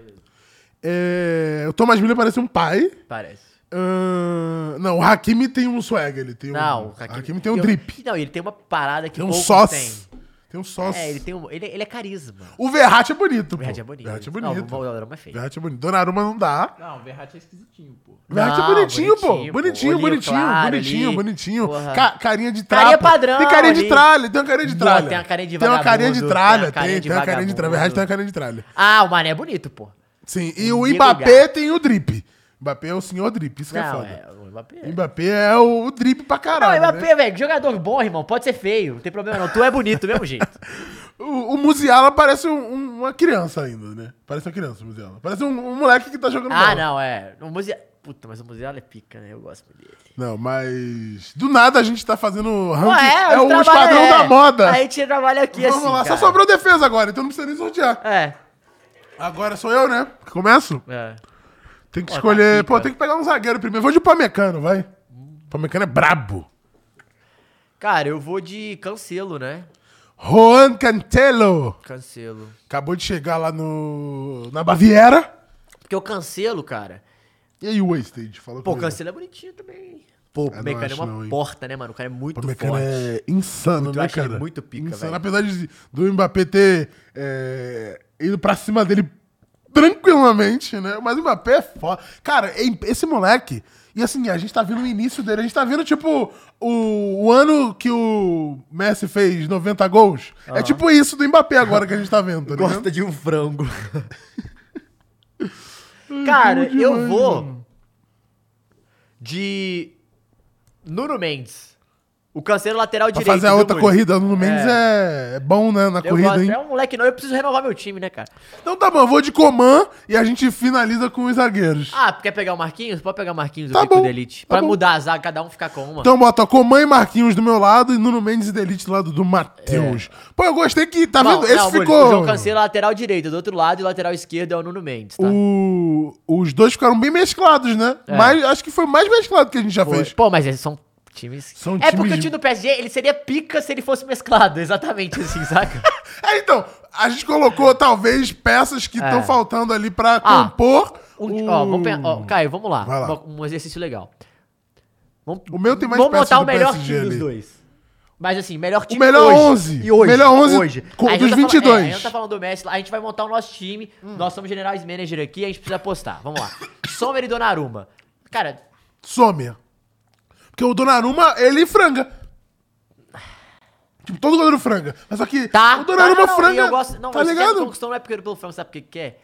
Speaker 2: É, o Thomas Miller parece um pai.
Speaker 1: Parece.
Speaker 2: Ahn, não, o Hakimi tem um swag, ele tem um...
Speaker 1: Não,
Speaker 2: o Hakimi, tem um drip.
Speaker 1: Não, ele tem uma parada que
Speaker 2: Tem um
Speaker 1: poucos
Speaker 2: sócio.
Speaker 1: têm.
Speaker 2: Tem um sócio.
Speaker 1: É, ele tem um, ele, ele é carisma.
Speaker 2: O Verratti é bonito,
Speaker 1: O Verratti é bonito.
Speaker 2: Verratti é
Speaker 1: Não, o
Speaker 2: bonito.
Speaker 1: Valderrama é feio.
Speaker 2: Verratti é bonito. Donnarumma não dá.
Speaker 3: Não, o Verratti é esquisitinho, pô.
Speaker 2: Verratti é
Speaker 1: Não,
Speaker 2: bonitinho,
Speaker 1: bonitinho, pô. Olhinho
Speaker 2: pô. Bonitinho, bonitinho,
Speaker 1: claro
Speaker 2: bonitinho,
Speaker 1: ali.
Speaker 2: bonitinho.
Speaker 1: Porra.
Speaker 2: Ca- carinha de tralha.
Speaker 1: Carinha padrão
Speaker 2: Tem carinha de
Speaker 1: ali.
Speaker 2: tralha, tem uma carinha de
Speaker 1: Não,
Speaker 2: tralha.
Speaker 1: tem uma carinha de
Speaker 2: Tem uma carinha
Speaker 1: vagabundo,
Speaker 2: de
Speaker 1: tem
Speaker 2: tralha,
Speaker 1: uma carinha
Speaker 2: tem,
Speaker 1: de
Speaker 2: tem uma carinha de tralha.
Speaker 1: vagabundo.
Speaker 2: Verratti tem uma carinha de tralha.
Speaker 1: Ah, o Mané é bonito, pô.
Speaker 2: Sim, e o
Speaker 1: Diego
Speaker 2: Mbappé tem o drip. Mbappé é o senhor drip, isso que é
Speaker 1: Não,
Speaker 2: foda.
Speaker 1: é, o Mbappé.
Speaker 2: O Mbappé é o, o drip pra
Speaker 1: Não, o
Speaker 2: caralho. né?
Speaker 1: Mbappé, velho, jogador bom, irmão, pode ser feio, não tem problema não. Tu é bonito do mesmo jeito.
Speaker 2: O, o Musiala parece um- um- uma criança ainda, né? Parece uma criança, o Musiala. Parece um, um moleque que tá jogando
Speaker 1: ah,
Speaker 2: bola.
Speaker 1: não, é. O Museu... Puta, mas o Museu é pica, né? Eu gosto muito dele.
Speaker 2: Não, mas. Do nada a gente tá fazendo ranking.
Speaker 1: Ué,
Speaker 2: é
Speaker 1: os
Speaker 2: o
Speaker 1: trabalhos-
Speaker 2: esquadrão
Speaker 1: é.
Speaker 2: da moda.
Speaker 1: A gente trabalha aqui
Speaker 2: Vamos
Speaker 1: assim,
Speaker 2: lá,
Speaker 1: cara.
Speaker 2: só sobrou defesa agora, então não precisa nem sortear.
Speaker 1: É,
Speaker 2: Agora sou eu, né? Começo?
Speaker 1: é.
Speaker 2: Tem que
Speaker 1: Ó, tá
Speaker 2: escolher.
Speaker 1: aqui,
Speaker 2: Pô,
Speaker 1: cara.
Speaker 2: tem que pegar um zagueiro primeiro. Vou de Pamecano, vai. Pamecano é brabo.
Speaker 1: Cara, eu vou de cancelo, né?
Speaker 2: Juan Cantelo.
Speaker 1: Cancelo.
Speaker 2: Acabou de chegar lá no. na Baviera.
Speaker 1: Porque o cancelo, cara...
Speaker 2: E aí, o Wasted? Falou
Speaker 1: Pô, o
Speaker 2: comigo.
Speaker 1: Cancelo é bonitinho também. Pô, o
Speaker 2: Hum. não
Speaker 1: Mecano é
Speaker 2: acho
Speaker 1: uma
Speaker 2: não, hein.
Speaker 1: porta, né, mano? O cara é muito
Speaker 2: O Pamecano
Speaker 1: forte.
Speaker 2: é insano,
Speaker 1: Muito, eu
Speaker 2: né,
Speaker 1: acho ele
Speaker 2: cara?
Speaker 1: muito pica,
Speaker 2: insano.
Speaker 1: velho.
Speaker 2: Apesar de, do Mbappé ter é, ido pra cima dele tranquilamente, né? Mas o Mbappé é foda. Cara, é imp- esse moleque. E assim, a gente tá vendo o início dele. A gente tá vendo, tipo, o, o ano que o Messi fez 90 gols. É tipo isso do Mbappé agora que a gente tá vendo, tá ligado?
Speaker 1: de um frango. cara,
Speaker 2: como
Speaker 1: eu
Speaker 2: demais,
Speaker 1: vou de Nuno Mendes. O canseiro lateral
Speaker 2: Pra
Speaker 1: direito.
Speaker 2: fazer a
Speaker 1: viu,
Speaker 2: outra
Speaker 1: Murilo?
Speaker 2: corrida, no Mendes é, é bom, né? Na
Speaker 1: Eu
Speaker 2: corrida,
Speaker 1: gosto,
Speaker 2: hein?
Speaker 1: é um moleque não, eu preciso renovar meu time, né, cara?
Speaker 2: Então tá bom, eu vou de Coman e a gente finaliza com os zagueiros.
Speaker 1: Ah, quer pegar o Marquinhos? Pode pegar o Marquinhos, eu
Speaker 2: Tá
Speaker 1: fico
Speaker 2: bom,
Speaker 1: do Elite.
Speaker 2: tá
Speaker 1: pra
Speaker 2: bom.
Speaker 1: mudar a zaga, cada um ficar com uma.
Speaker 2: Então bota Coman e Marquinhos do meu lado e Nuno Mendes e Delite do lado do Matheus. Pô, eu gostei que, tá
Speaker 1: É. Não,
Speaker 2: vendo? Esse
Speaker 1: não, Murilo, O
Speaker 2: ficou...
Speaker 1: João Canseiro é lateral direito, do outro lado, e o lateral esquerdo é o Nuno Mendes, tá?
Speaker 2: O- Os dois ficaram bem mesclados, né?
Speaker 1: É.
Speaker 2: Mas acho que foi o mais mesclado que a gente já
Speaker 1: Foi.
Speaker 2: fez.
Speaker 1: Pô, mas eles são times...
Speaker 2: São
Speaker 1: é
Speaker 2: times
Speaker 1: porque o
Speaker 2: de-
Speaker 1: time do PSG, ele seria pica se ele fosse mesclado, exatamente assim, saca?
Speaker 2: É, então, a gente colocou talvez peças que
Speaker 1: É.
Speaker 2: estão faltando ali pra
Speaker 1: Ah,
Speaker 2: compor.
Speaker 1: Um-
Speaker 2: o...
Speaker 1: Ó, vamos pe- ó, Caio, vamos lá.
Speaker 2: Uh. Vai lá.
Speaker 1: Uma- Um exercício legal. Vamos,
Speaker 2: O meu tem mais
Speaker 1: vamos
Speaker 2: peças
Speaker 1: montar
Speaker 2: do
Speaker 1: o melhor
Speaker 2: PSG
Speaker 1: time dos
Speaker 2: ali.
Speaker 1: dois. Mas assim, melhor time
Speaker 2: melhor
Speaker 1: hoje.
Speaker 2: 11.
Speaker 1: E hoje.
Speaker 2: Melhor 11
Speaker 1: hoje.
Speaker 2: com- um
Speaker 1: A gente
Speaker 2: dos
Speaker 1: tá falando-
Speaker 2: 22.
Speaker 1: é, a gente tá falando do Messi, lá, a gente vai montar o nosso time.
Speaker 2: Hum.
Speaker 1: Nós somos generais manager aqui, a gente precisa apostar. Vamos lá. Sommer e Donnarumma. Cara,
Speaker 2: Some. Porque o Donnarumma, ele franga. Tipo, todo goleiro franga. Mas só que
Speaker 1: Ah. tá.
Speaker 2: o Donnarumma
Speaker 1: tá, não, não,
Speaker 2: franga,
Speaker 1: Eu gosto, não,
Speaker 2: tá
Speaker 1: eu ligado?
Speaker 2: ligado?
Speaker 1: Conquistou não é porque pelo frango, sabe por que que é?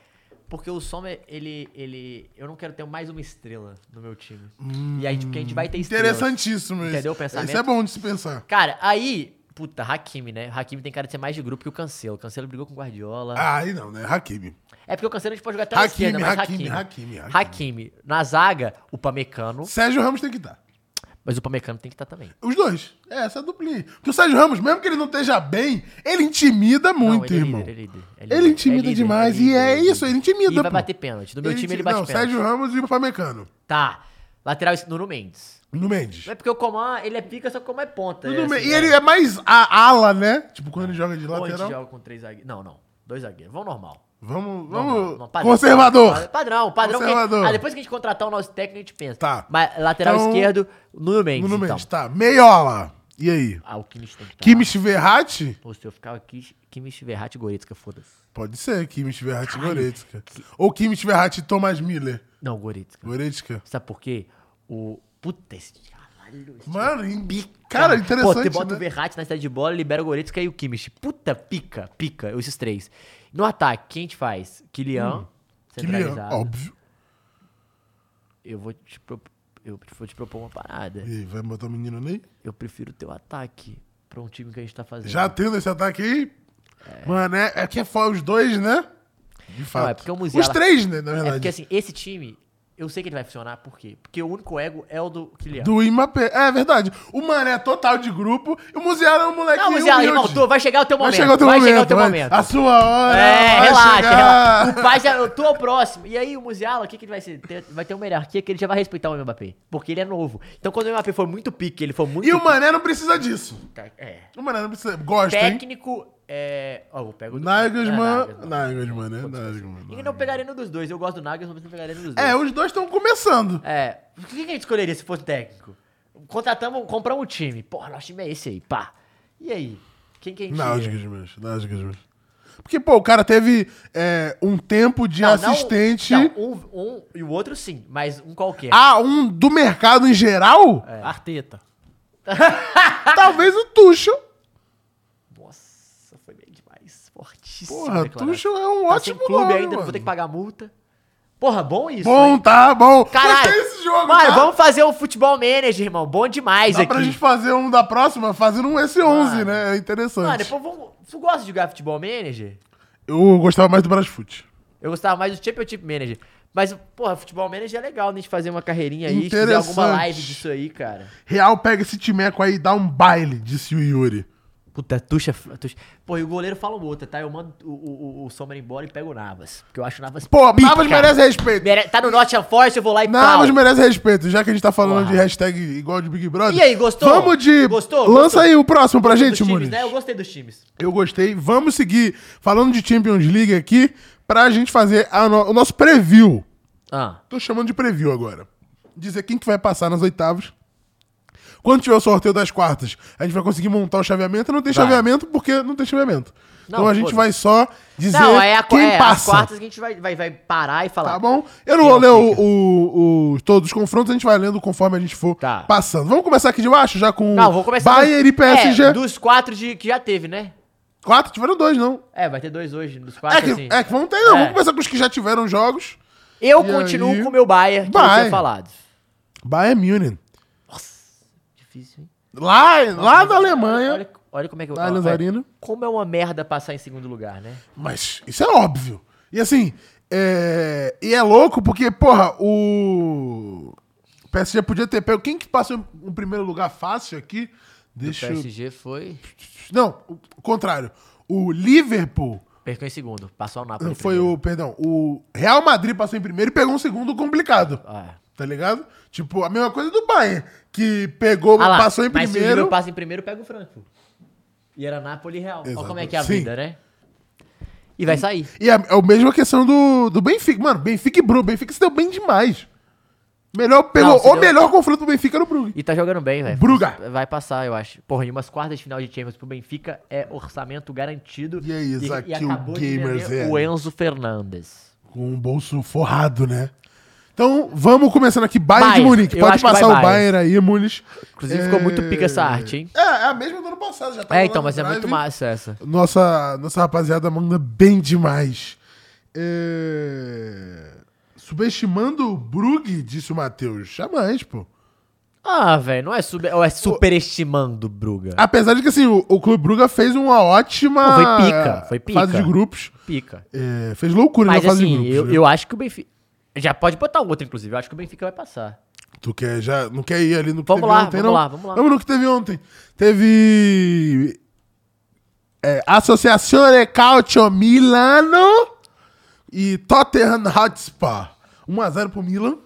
Speaker 1: Porque o Sommer, ele, ele. Eu não quero ter mais uma estrela no meu time.
Speaker 2: Hum,
Speaker 1: e aí, porque a gente vai ter estrela.
Speaker 2: Interessantíssimo isso.
Speaker 1: Entendeu o pensamento?
Speaker 2: Isso é bom de se pensar.
Speaker 1: Cara, aí. Puta, Hakimi, né? Hakimi tem cara de ser mais de grupo que o Cancelo. O Cancelo brigou com o Guardiola.
Speaker 2: Ah, aí não, né? Hakimi.
Speaker 1: É porque o Cancelo a gente pode jogar até na
Speaker 2: Hakimi,
Speaker 1: esquerda, mas Hakimi.
Speaker 2: Hakimi, Hakimi, Hakimi.
Speaker 1: Hakimi. Na zaga, o Pamecano.
Speaker 2: Sérgio Ramos tem que dar.
Speaker 1: Mas o Pamecano tem que estar também.
Speaker 2: Os dois. É, essa duplinha. Porque o Sérgio Ramos, mesmo que ele não esteja bem, ele intimida
Speaker 1: Não,
Speaker 2: muito,
Speaker 1: ele é
Speaker 2: irmão.
Speaker 1: líder, ele é líder, é líder,
Speaker 2: Ele intimida
Speaker 1: é líder,
Speaker 2: demais.
Speaker 1: é líder,
Speaker 2: e é
Speaker 1: líder.
Speaker 2: isso, ele intimida.
Speaker 1: E vai
Speaker 2: pô.
Speaker 1: bater pênalti. No meu time ele bate
Speaker 2: Não,
Speaker 1: pênalti.
Speaker 2: Sérgio Ramos e o Pamecano.
Speaker 1: Tá. Lateral es- Nuno Mendes.
Speaker 2: No Mendes.
Speaker 1: Não é porque o Coman, ele é pica, só que o Coman é ponta.
Speaker 2: Nuno
Speaker 1: é um
Speaker 2: Men-
Speaker 1: assim,
Speaker 2: e
Speaker 1: né?
Speaker 2: ele é mais a ala, né? Tipo, quando ele joga de
Speaker 1: Ou a gente
Speaker 2: lateral.
Speaker 1: joga com três zagueiros. Não, não. Dois zagueiros. Vamos normal.
Speaker 2: Vamos,
Speaker 1: Normal,
Speaker 2: vamos.
Speaker 1: não,
Speaker 2: Conservador.
Speaker 1: Padrão, padrão.
Speaker 2: Conservador.
Speaker 1: Que, ah, depois que a gente contratar o nosso técnico, a gente pensa.
Speaker 2: Tá.
Speaker 1: Mas lateral
Speaker 2: Então,
Speaker 1: esquerdo, Nuno Mendes.
Speaker 2: Nuno
Speaker 1: então.
Speaker 2: Mendes, tá. Meiola. E aí?
Speaker 1: Ah, o Kimmich tem que estar.
Speaker 2: Kimmich Verratti?
Speaker 1: Pô, se eu ficar aqui, Kimmich, Verratti e Goretzka, foda-se.
Speaker 2: Pode ser, Kimmich Verratti e Goretzka. Ou Kimmich Verratti e Thomas Miller.
Speaker 1: Não, Goretzka.
Speaker 2: Goretzka.
Speaker 1: Sabe por quê? O... Puta, esse caralho. esse
Speaker 2: Mano, em-
Speaker 1: Tá.
Speaker 2: cara,
Speaker 1: Pô, você
Speaker 2: interessante.
Speaker 1: bota o
Speaker 2: né?
Speaker 1: Verratti na cidade de bola, libera o Goretzka e o Kimmich. Puta, pica, pica, esses três. No ataque, quem a gente faz? Kylian,
Speaker 2: Hum. Kylian,
Speaker 1: centralizado.
Speaker 2: óbvio.
Speaker 1: Eu vou te, pro- eu te- vou te propor uma parada.
Speaker 2: E aí, vai botar o menino ali?
Speaker 1: Eu prefiro o teu ataque pra um time que a gente tá fazendo.
Speaker 2: Já tendo esse ataque aí? Mano, é, é que é foda os dois, né? De fato.
Speaker 1: é porque o Musiala-
Speaker 2: Os três, né, na
Speaker 1: É
Speaker 2: verdade.
Speaker 1: porque, assim, esse time, eu sei que ele vai funcionar, por quê? Porque o único ego é o do Kylian.
Speaker 2: Do Imapé. É verdade. O Mané é total de grupo e o Muziara é um moleque
Speaker 1: Não, Musiala,
Speaker 2: humilde.
Speaker 1: irmão, tu- vai chegar o teu
Speaker 2: Vai
Speaker 1: momento.
Speaker 2: chegar o teu
Speaker 1: vai
Speaker 2: momento.
Speaker 1: chegar o teu
Speaker 2: vai.
Speaker 1: momento.
Speaker 2: A sua hora.
Speaker 1: É,
Speaker 2: vai
Speaker 1: relaxa,
Speaker 2: chegar.
Speaker 1: relaxa. O pai já. Eu tô ao próximo. E aí, o Musiala, o que, que ele vai ser? Ter- vai ter um uma hierarquia é que ele já vai respeitar o Mbappé. Porque ele é novo. Então, quando o Mbappé for muito pique, ele for muito.
Speaker 2: E o Mané não precisa disso.
Speaker 1: pica- é,
Speaker 2: O Mané não precisa. Gosta, hein?
Speaker 1: técnico. É. Ó, eu pego.
Speaker 2: Nagelsmann.
Speaker 1: Ah, Nagelsmann.
Speaker 2: Nagelsmann, né? Nagelsmann.
Speaker 1: E não pegaria nenhum dos dois. Eu gosto do Nagelsmann, mas não pegaria nenhum dos dois.
Speaker 2: É, os dois estão começando.
Speaker 1: É, o que que a gente escolheria se fosse técnico? Contratamos, compramos um time. Porra, nosso time é esse aí, pá. E aí? Quem que é? a gente ia?
Speaker 2: Náuticas mesmo. Náuticas mesmo. Porque, pô, o cara teve é, um tempo de
Speaker 1: Não, não-
Speaker 2: assistente.
Speaker 1: não, um, um e o outro sim, mas um qualquer. É.
Speaker 2: Ah, um do mercado em geral?
Speaker 3: Arteta.
Speaker 2: Talvez o Tuchel.
Speaker 1: Nossa, foi bem demais. Fortíssimo.
Speaker 2: Porra, Tuchel é um
Speaker 1: Tá sem
Speaker 2: ótimo
Speaker 1: clube
Speaker 2: nome,
Speaker 1: ainda, não
Speaker 2: mano.
Speaker 1: vou ter que pagar multa. Porra, bom isso.
Speaker 2: Bom,
Speaker 1: hein?
Speaker 2: tá bom.
Speaker 1: Caralho.
Speaker 2: Gostei desse jogo,
Speaker 1: Mano,
Speaker 2: tá?
Speaker 1: vamos fazer um futebol manager, irmão. Bom demais
Speaker 2: Dá
Speaker 1: aqui.
Speaker 2: pra gente fazer um da próxima fazendo um S11,
Speaker 1: Mano.
Speaker 2: né? É interessante.
Speaker 1: Mano, depois vamos... Tu gosta de jogar futebol manager?
Speaker 2: Eu gostava mais do Brasfoot.
Speaker 1: Eu gostava mais do Championship Manager. Mas, porra, futebol manager é legal, né? A gente fazer uma carreirinha aí, se fizer alguma
Speaker 2: Interessante.
Speaker 1: live disso aí, cara.
Speaker 2: Real pega esse timeco aí e dá um baile, disse o Yuri.
Speaker 1: Puta, tuxa, tuxa. Pô, e o goleiro fala outra, tá? Eu mando o, o, o- o Sommer embora e pego o Navas. Porque eu acho o Navas.
Speaker 2: Pô,
Speaker 1: pica,
Speaker 2: Navas
Speaker 1: cara.
Speaker 2: merece respeito.
Speaker 1: Mere- Tá no Nottingham Forest, eu vou lá e pau.
Speaker 2: Navas merece respeito, já que a gente tá falando
Speaker 1: Porra.
Speaker 2: de hashtag igual de Big Brother.
Speaker 1: E aí, gostou?
Speaker 2: Vamos de.
Speaker 1: Gostou?
Speaker 2: Lança
Speaker 1: Gostou?
Speaker 2: aí o próximo pra gente,
Speaker 1: dos
Speaker 2: Muniz.
Speaker 1: times, né? Eu gostei dos times.
Speaker 2: Eu gostei. Vamos seguir falando de Champions League aqui pra gente fazer a no- o nosso preview.
Speaker 1: Ah.
Speaker 2: Tô chamando de preview agora. Dizer quem que vai passar nas oitavas. Quando tiver o sorteio das quartas, a gente vai conseguir montar o chaveamento. Não tem
Speaker 1: Vai.
Speaker 2: chaveamento porque não tem chaveamento.
Speaker 1: Não,
Speaker 2: então a gente
Speaker 1: foda-se.
Speaker 2: vai só dizer
Speaker 1: Não, é, a,
Speaker 2: quem
Speaker 1: é as
Speaker 2: passa.
Speaker 1: quartas que a gente vai, vai, vai parar e falar.
Speaker 2: Tá bom? Eu não
Speaker 1: Quem é
Speaker 2: vou ler o,
Speaker 1: fica?
Speaker 2: o- o- todos os confrontos, a gente vai lendo conforme a gente for
Speaker 1: Tá.
Speaker 2: passando. Vamos começar aqui de baixo, já com
Speaker 1: Não, vou começar.
Speaker 2: Bayern e
Speaker 1: dos-
Speaker 2: PSG.
Speaker 1: É, dos quatro de, que já teve, né?
Speaker 2: Quatro tiveram dois, não.
Speaker 1: É, vai ter dois hoje, dos
Speaker 2: É
Speaker 1: quatro,
Speaker 2: que,
Speaker 1: assim.
Speaker 2: é que vamos ter, não.
Speaker 1: É.
Speaker 2: Vamos começar com os que já tiveram jogos.
Speaker 1: Eu
Speaker 2: E
Speaker 1: continuo
Speaker 2: aí?
Speaker 1: com o meu Bayern, que eu
Speaker 2: Vai.
Speaker 1: tinha falado.
Speaker 2: Bayern Munich.
Speaker 1: Difícil, hein?
Speaker 2: Lá, lá da
Speaker 1: Olha,
Speaker 2: Alemanha.
Speaker 1: olha como é que eu.
Speaker 2: Na Allianz
Speaker 1: olha,
Speaker 2: Arena.
Speaker 1: Como é uma merda passar em segundo lugar, né?
Speaker 2: Mas isso é óbvio. E assim, é... e é louco porque, porra, o PSG podia ter pego. Quem que passou em primeiro lugar fácil aqui? Deixa
Speaker 1: O
Speaker 2: eu...
Speaker 1: PSG foi.
Speaker 2: Não, o contrário. O Liverpool
Speaker 1: Perdeu em segundo. Passou o Napoli.
Speaker 2: não,
Speaker 1: em
Speaker 2: foi
Speaker 1: primeiro.
Speaker 2: o, perdão, o Real Madrid passou em primeiro e pegou um segundo complicado.
Speaker 1: Ah,
Speaker 2: Tá ligado? Tipo, a mesma coisa do Bayern, que pegou,
Speaker 1: Ah lá,
Speaker 2: passou em
Speaker 1: Mas se o Liverpool
Speaker 2: primeiro.
Speaker 1: passa em primeiro, pega o Frankfurt. E era Napoli e Real. Olha como é que é a
Speaker 2: Sim.
Speaker 1: vida, né? E vai sair.
Speaker 2: E é é a mesma questão do, do Benfica. Mano, Benfica e Brugge. Benfica se deu bem demais. Melhor, pegou,
Speaker 1: Não, se
Speaker 2: o
Speaker 1: deu-
Speaker 2: melhor confronto do Benfica era o Brugge.
Speaker 1: E tá jogando bem, velho.
Speaker 2: Bruga.
Speaker 1: Vai passar, eu acho. Porra, e umas quartas de final de Champions pro Benfica é orçamento garantido.
Speaker 2: E é isso, aqui o
Speaker 1: acabou de
Speaker 2: Gamers
Speaker 1: vender
Speaker 2: é.
Speaker 1: O Enzo Fernandes.
Speaker 2: Com um bolso forrado, né? Então, vamos começando aqui. Bayern,
Speaker 1: Bayern.
Speaker 2: de Munique.
Speaker 1: Eu
Speaker 2: Pode
Speaker 1: acho que vai
Speaker 2: passar o
Speaker 1: Bayern.
Speaker 2: Bayern aí, Muniz.
Speaker 1: Inclusive, ficou muito pica essa arte, hein?
Speaker 2: É, é a mesma do ano passado. Já tá tava
Speaker 1: É,
Speaker 2: lá
Speaker 1: então,
Speaker 2: no
Speaker 1: mas é
Speaker 2: drive.
Speaker 1: muito massa essa.
Speaker 2: Nossa, nossa rapaziada manda bem demais. É, Subestimando o Brugge, disse o Matheus. Jamais, pô.
Speaker 1: Ah, velho, não é, sub... ou é superestimando, Bruga.
Speaker 2: Apesar de que, assim, o, o Clube Brugge fez uma ótima...
Speaker 1: Não, foi pica, foi pica.
Speaker 2: Fase de grupos.
Speaker 1: Pica.
Speaker 2: É, fez loucura
Speaker 1: Mas
Speaker 2: na fase
Speaker 1: assim,
Speaker 2: de grupos.
Speaker 1: eu,
Speaker 2: né?
Speaker 1: eu acho que o Benfica. Já pode botar um outro, inclusive. Eu acho que o Benfica vai passar.
Speaker 2: Tu quer já. Não quer ir ali no que
Speaker 1: Vamos
Speaker 2: teve
Speaker 1: lá,
Speaker 2: ontem,
Speaker 1: vamos
Speaker 2: não?
Speaker 1: lá, vamos lá.
Speaker 2: no que teve ontem. Teve. É, Associazione Calcio Milano e Tottenham Hotspur. 1x0 pro Milan.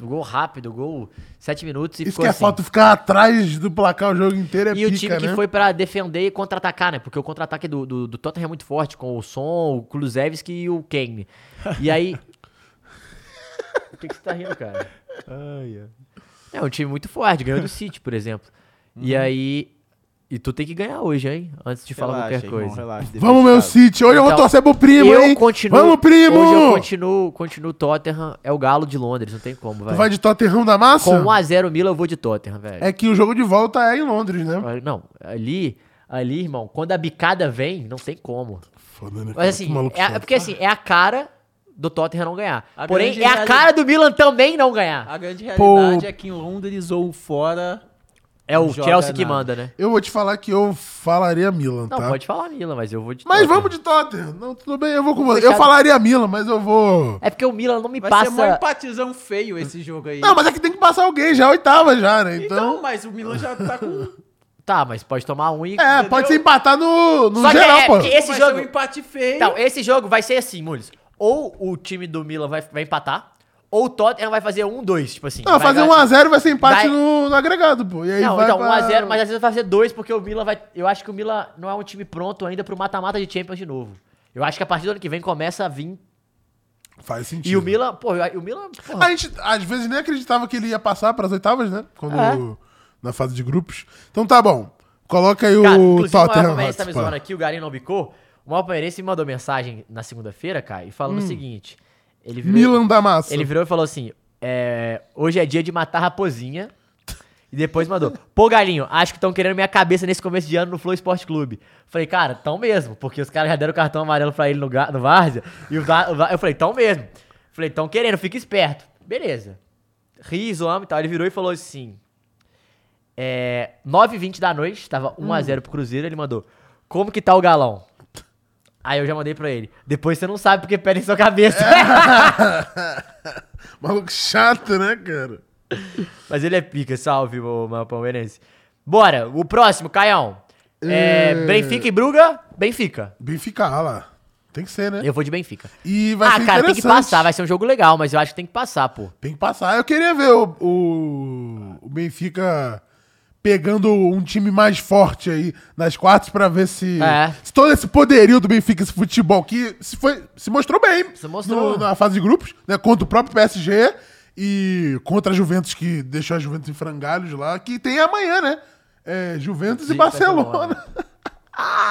Speaker 1: Gol rápido, gol 7 minutos e
Speaker 2: Isso
Speaker 1: ficou
Speaker 2: que é
Speaker 1: assim.
Speaker 2: foto ficar atrás do placar o jogo inteiro é
Speaker 1: E
Speaker 2: pica,
Speaker 1: o time que
Speaker 2: né?
Speaker 1: foi pra defender e contra-atacar, né? Porque o contra-ataque do, do, do Tottenham é muito forte, com o Son, o Kulusevski e o Kane. E aí... o que, que você tá rindo, cara? É um time muito forte, ganhou do City, por exemplo. E
Speaker 2: Uhum.
Speaker 1: aí... E tu tem que ganhar hoje, hein? Antes de falar
Speaker 4: Relaxa,
Speaker 1: qualquer
Speaker 4: irmão,
Speaker 1: coisa.
Speaker 4: relaxa,
Speaker 2: Vamos, meu
Speaker 4: defensado.
Speaker 2: City. Hoje eu vou
Speaker 1: Então,
Speaker 2: torcer pro primo,
Speaker 1: eu
Speaker 2: hein?
Speaker 1: continuo...
Speaker 2: Vamos, primo!
Speaker 1: Hoje eu continuo, continuo Tottenham. É o galo de Londres, não tem como,
Speaker 2: Tu
Speaker 1: vai.
Speaker 2: vai de Tottenham da massa?
Speaker 1: Com 1x0 Mila, eu vou de Tottenham, velho.
Speaker 2: É que o jogo de volta é em Londres, né?
Speaker 1: Ah, Não, ali, ali, irmão, quando a bicada vem, não tem como.
Speaker 2: Foda, né? cara?
Speaker 1: Mas
Speaker 2: Que
Speaker 1: assim,
Speaker 2: maluco
Speaker 1: é, é
Speaker 2: chato.
Speaker 1: porque assim, é a cara do Tottenham não ganhar.
Speaker 3: A
Speaker 1: Porém,
Speaker 3: grande
Speaker 1: é a
Speaker 3: realidade-
Speaker 1: cara do Milan também não ganhar.
Speaker 3: A grande
Speaker 2: Pô.
Speaker 3: realidade é que em Londres ou fora.
Speaker 1: É o
Speaker 3: Joga
Speaker 1: Chelsea que
Speaker 3: nada.
Speaker 1: manda, né?
Speaker 2: Eu vou te falar que eu falaria Milan,
Speaker 1: Não,
Speaker 2: tá?
Speaker 1: pode falar Milan, mas eu vou de
Speaker 2: Mas
Speaker 1: Tottenham.
Speaker 2: vamos de Tottenham. Não, tudo bem, eu vou com você.
Speaker 1: deixar-
Speaker 2: Eu falaria Milan, mas eu vou.
Speaker 1: É porque o Milan não me
Speaker 3: Vai ser um
Speaker 1: passa...
Speaker 3: empatizão feio esse jogo aí.
Speaker 2: Não, mas é que tem que passar alguém já, a oitava já, né?
Speaker 3: então,
Speaker 2: Então.
Speaker 3: mas o Milan já tá com.
Speaker 1: Tá, mas pode tomar um e...
Speaker 2: é, pode se empatar no, no
Speaker 1: Só que
Speaker 2: geral,
Speaker 1: é-
Speaker 2: pô.
Speaker 1: é- Esse
Speaker 3: vai
Speaker 1: jogo-
Speaker 3: ser um empate feio.
Speaker 1: Então, esse jogo vai ser assim, Mules. Ou o time do Milan vai, vai empatar, ou o Tottenham vai fazer 1-2, tipo assim.
Speaker 2: Não,
Speaker 1: vai
Speaker 2: fazer
Speaker 1: ganhar-
Speaker 2: 1x0 vai ser empate
Speaker 1: vai-
Speaker 2: no, no agregado, pô. E aí
Speaker 1: Não,
Speaker 2: vai
Speaker 1: então
Speaker 2: pra-
Speaker 1: 1x0, mas às vezes vai ser 2, porque o Milan vai. Eu acho que o Milan não é um time pronto ainda pro mata-mata de Champions de novo. Eu acho que a partir do ano que vem começa a vir.
Speaker 2: Faz sentido.
Speaker 1: E o Milan, pô, e o Milan. porra,
Speaker 2: A gente, às vezes, nem acreditava que ele ia passar pras oitavas, né? Quando.
Speaker 1: É.
Speaker 2: Na fase de grupos. Então tá bom. Coloca aí
Speaker 1: cara,
Speaker 2: o
Speaker 1: inclusive, o maior
Speaker 2: Tottenham.
Speaker 1: palmeirense tá me
Speaker 2: Hotspur.
Speaker 1: zoando aqui, o Garinho não bicou. O maior palmeirense me mandou mensagem na segunda-feira, cara, e falando o seguinte: ele virou,
Speaker 2: Hum. Milan da massa.
Speaker 1: ele virou e falou assim: é, hoje é dia de matar raposinha. E depois mandou, pô, Galinho, acho que estão querendo minha cabeça nesse começo de ano no Flow Esporte Clube. Falei, cara, tão mesmo, porque os caras já deram cartão amarelo pra ele no, Ga- no Várzea. E o Va- o Va- eu falei, tão mesmo. Falei, tão querendo, fica esperto. Beleza. Ri, zoamos e tal. Ele virou e falou assim, é, 9h20 da noite, tava 1x0 pro Cruzeiro, ele mandou, como que tá o galão? Aí eu já mandei pra ele, depois você não sabe porque perde em sua cabeça.
Speaker 2: Maluco chato, né, cara?
Speaker 1: Mas ele é pica, salve, ô, meu palmeirense. Bora, o próximo, Caião. É,
Speaker 2: É.
Speaker 1: Benfica e Bruga, Benfica.
Speaker 2: Benfica, ah lá. Tem que ser, né?
Speaker 1: Eu vou de Benfica.
Speaker 2: E vai
Speaker 1: ah,
Speaker 2: ser
Speaker 1: cara, tem que
Speaker 2: interessante.
Speaker 1: passar, vai ser um jogo legal, mas eu acho que tem que passar, pô.
Speaker 2: Tem que passar. Eu queria ver o, o, o Benfica pegando um time mais forte aí nas quartas pra ver se,
Speaker 1: É.
Speaker 2: se todo esse poderio do Benfica, esse futebol que se, foi, se mostrou bem
Speaker 1: Se mostrou.
Speaker 2: no- na fase de grupos, né? Contra o próprio PSG e contra a Juventus, que deixou a Juventus em frangalhos lá, que tem amanhã, né? É, Juventus e
Speaker 1: Juventus e
Speaker 2: Barcelona.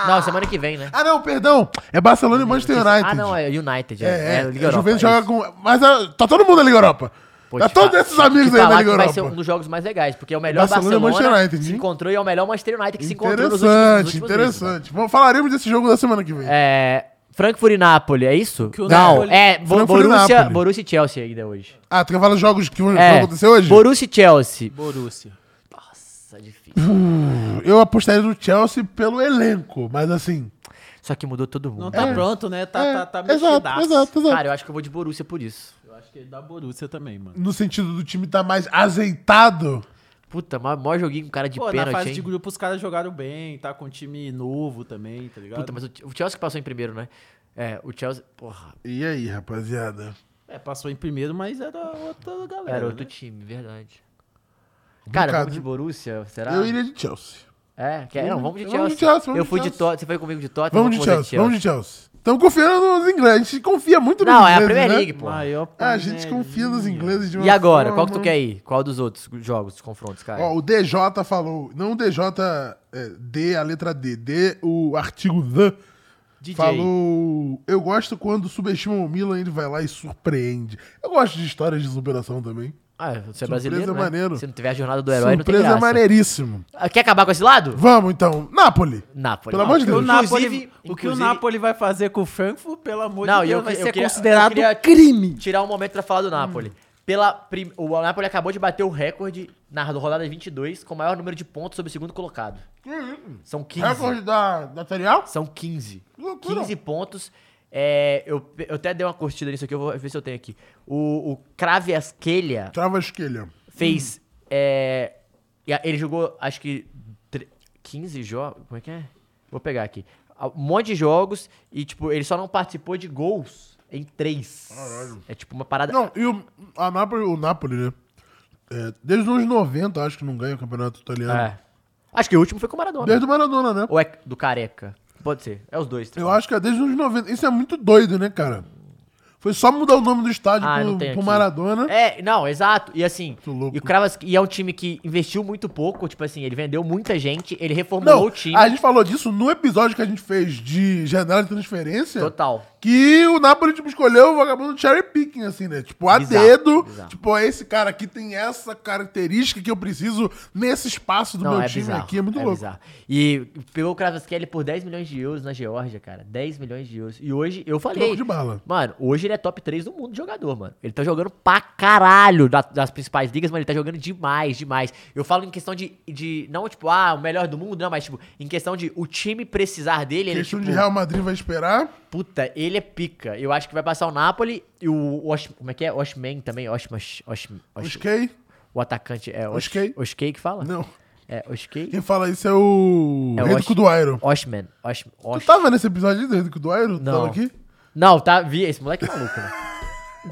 Speaker 1: Não, semana que vem, né?
Speaker 2: Ah, não, perdão. É Barcelona e Manchester United.
Speaker 1: Ah, não, é United. É,
Speaker 2: É,
Speaker 1: é,
Speaker 2: é,
Speaker 1: Liga
Speaker 2: a
Speaker 1: Europa,
Speaker 2: Juventus
Speaker 1: é
Speaker 2: joga
Speaker 1: isso.
Speaker 2: com. Mas ah, tá todo mundo na Liga Europa.
Speaker 1: Pô,
Speaker 2: tá
Speaker 1: te
Speaker 2: todos
Speaker 1: fa-
Speaker 2: esses amigos
Speaker 1: te
Speaker 2: aí na
Speaker 1: falar
Speaker 2: Liga
Speaker 1: que
Speaker 2: Europa.
Speaker 1: Vai ser um dos jogos mais legais, porque é o melhor
Speaker 2: Barcelona e
Speaker 1: Barcelona,
Speaker 2: Manchester United,
Speaker 1: se
Speaker 2: hein?
Speaker 1: encontrou e é o melhor Manchester United que se encontrou nos últimos, nos
Speaker 2: Interessante,
Speaker 1: últimos meses, né?
Speaker 2: interessante. Bom, falaremos desse jogo da semana que vem.
Speaker 1: É, Frankfurt e Nápoles, é isso?
Speaker 3: Que o
Speaker 1: Não,
Speaker 3: Napoli-
Speaker 1: é Bo-
Speaker 2: Frankfurt e
Speaker 1: Borussia,
Speaker 2: Napoli.
Speaker 1: Borussia e Chelsea ainda hoje.
Speaker 2: Ah, tu quer falar jogos que vão
Speaker 1: É,
Speaker 2: acontecer hoje?
Speaker 1: Borussia e Chelsea.
Speaker 3: Borussia.
Speaker 1: Nossa, é difícil.
Speaker 2: Eu apostaria no Chelsea pelo elenco, mas assim.
Speaker 1: Só que mudou todo mundo.
Speaker 3: Não tá pronto, né? Tá,
Speaker 2: é,
Speaker 3: tá, tá
Speaker 2: exato,
Speaker 3: mexidaço.
Speaker 2: exato, exato.
Speaker 1: Cara, eu acho que eu vou de Borussia por isso.
Speaker 3: Eu acho que ele dá Borussia também, mano.
Speaker 2: No sentido do time tá mais azeitado.
Speaker 1: Puta, mó mó joguinho com cara de
Speaker 3: Pô, na
Speaker 1: pênalti,
Speaker 3: fase
Speaker 1: hein?
Speaker 3: de grupo os caras jogaram bem, tá com um time novo também, tá ligado?
Speaker 1: Puta, mas o, o Chelsea que passou em primeiro, né? É, o Chelsea... Porra,
Speaker 2: E aí, rapaziada?
Speaker 3: É, passou em primeiro, mas era outra galera.
Speaker 1: era outro
Speaker 3: né?
Speaker 1: time, verdade.
Speaker 2: Complicado,
Speaker 1: Cara, vamos de
Speaker 2: né?
Speaker 1: Borussia, será?
Speaker 2: Eu iria de Chelsea.
Speaker 1: É, quer- não, vamos de
Speaker 2: Vamos
Speaker 1: Chelsea.
Speaker 2: de Chelsea, vamos
Speaker 1: eu
Speaker 2: de
Speaker 1: fui de
Speaker 2: Chelsea.
Speaker 1: Tottenham, você foi comigo de Tottenham?
Speaker 2: Vamos de
Speaker 1: eu vou com
Speaker 2: Chelsea, vamos de Chelsea. Estamos confiando nos ingleses. A gente confia muito nos
Speaker 1: Não, é
Speaker 2: ingleses,
Speaker 1: a Premier
Speaker 2: né?
Speaker 1: League, pô.
Speaker 3: Maior
Speaker 2: Ah, a gente
Speaker 3: panelinha.
Speaker 2: confia nos ingleses de uma
Speaker 1: E agora, qual que tu
Speaker 2: forma-
Speaker 1: quer ir? Qual dos outros jogos, dos confrontos, cara?
Speaker 2: Ó, o DJ falou, não o DJ, é, D, a letra D, D, o artigo THE,
Speaker 1: DJ.
Speaker 2: falou, eu gosto quando subestimam o Milan, ele vai lá e surpreende. Eu gosto de histórias de superação também.
Speaker 1: Ah, você é
Speaker 2: Surpresa
Speaker 1: brasileiro, né?
Speaker 2: maneiro.
Speaker 1: Se não tiver a jornada do herói,
Speaker 2: Surpresa
Speaker 1: não tem graça.
Speaker 2: maneiríssimo.
Speaker 1: Ah, Quer acabar com esse lado?
Speaker 2: Vamos então, Nápoles.
Speaker 1: Nápoles.
Speaker 2: Pelo amor de
Speaker 3: O
Speaker 2: Deus.
Speaker 3: Napoli,
Speaker 1: Inclusive-
Speaker 3: o que o
Speaker 1: inclusive-
Speaker 3: Napoli vai fazer com o Frankfurt, pelo amor
Speaker 1: Não, e
Speaker 3: de Deus,
Speaker 1: eu-
Speaker 3: vai
Speaker 1: eu
Speaker 3: ser
Speaker 1: queria-
Speaker 3: considerado
Speaker 1: eu queria-
Speaker 3: crime.
Speaker 1: Tirar um momento pra falar do Napoli. Pela prim- O Napoli acabou de bater o recorde na rodada 22 com o maior número de pontos sobre o segundo colocado. São 15.
Speaker 2: Recorde É da, da Série A?
Speaker 1: São 15.
Speaker 2: Loucura.
Speaker 1: 15 pontos. É, eu, pe- eu até dei uma curtida nisso aqui, eu vou ver se eu tenho aqui. O, o Kravasquelha
Speaker 2: Trava a esquilha.
Speaker 1: fez. é, e a- ele jogou, acho que. tre- 15 jogos. Como é que é? Vou pegar aqui. Ah, Um monte de jogos e, tipo, ele só não participou de gols em três. É tipo uma parada.
Speaker 2: Não, e o, a Nápoles, o Nápoles, né? É, desde os anos 90, acho que não ganha o campeonato italiano.
Speaker 1: É. Acho que o último foi com o Maradona.
Speaker 2: Desde o Maradona, né?
Speaker 1: Ou é do Careca? Pode ser. É os dois. tá
Speaker 2: Eu
Speaker 1: falando.
Speaker 2: acho que é desde os anos 90. Isso é muito doido, né, cara? Foi só mudar o nome do estádio
Speaker 1: Ah, não
Speaker 2: pro,
Speaker 1: tem
Speaker 2: pro
Speaker 1: aqui.
Speaker 2: Maradona.
Speaker 1: É, não, exato. E assim,
Speaker 2: né? Muito louco.
Speaker 1: e o Kravas, e é um time que investiu muito pouco, tipo assim, ele vendeu muita gente, ele reformulou
Speaker 2: não,
Speaker 1: o time.
Speaker 2: a gente falou disso no episódio que a gente fez de janela de transferência.
Speaker 1: Total.
Speaker 2: Que o Napoli, tipo, escolheu o vagabundo cherry picking, assim, né? Tipo, a
Speaker 1: Bizarro,
Speaker 2: dedo.
Speaker 1: bizarro.
Speaker 2: Tipo, esse cara aqui tem essa característica que eu preciso nesse espaço do
Speaker 1: Não,
Speaker 2: meu
Speaker 1: é
Speaker 2: time
Speaker 1: bizarro.
Speaker 2: aqui. É muito louco.
Speaker 1: bizarro. E pegou o Kravaskelli por 10 milhões de euros na Geórgia, cara. 10 milhões de euros. E hoje, eu falei.
Speaker 2: Troco de bala.
Speaker 1: Mano, hoje ele é top 3 do mundo de jogador, mano. Ele tá jogando pra caralho da- das principais ligas, mas ele tá jogando demais, demais. Eu falo em questão de, de. Não, tipo, ah, o melhor do mundo, não, mas, tipo, em questão de o time precisar dele. Ele,
Speaker 2: Questão
Speaker 1: tipo,
Speaker 2: de Real Madrid vai esperar.
Speaker 1: Puta, ele é pica. Eu acho que vai passar o Napoli e o Osh, como é que é? Oshman também, Oshman, Oshman, Osh,
Speaker 2: Busquei.
Speaker 1: o atacante é Osh,
Speaker 2: Oshkei?
Speaker 1: Oshkei que fala?
Speaker 2: Não.
Speaker 1: É Oshkei?
Speaker 2: Quem fala isso é o.
Speaker 1: É o
Speaker 2: Rei do
Speaker 1: Osh-
Speaker 2: Cuduairo.
Speaker 1: Oshman, Osh,
Speaker 2: Tu tá-
Speaker 1: Osh.
Speaker 2: tava nesse episódio do Rei do Cuduairo? Tu
Speaker 1: Não.
Speaker 2: tava aqui?
Speaker 1: Não, tá, vi esse moleque é maluco, né?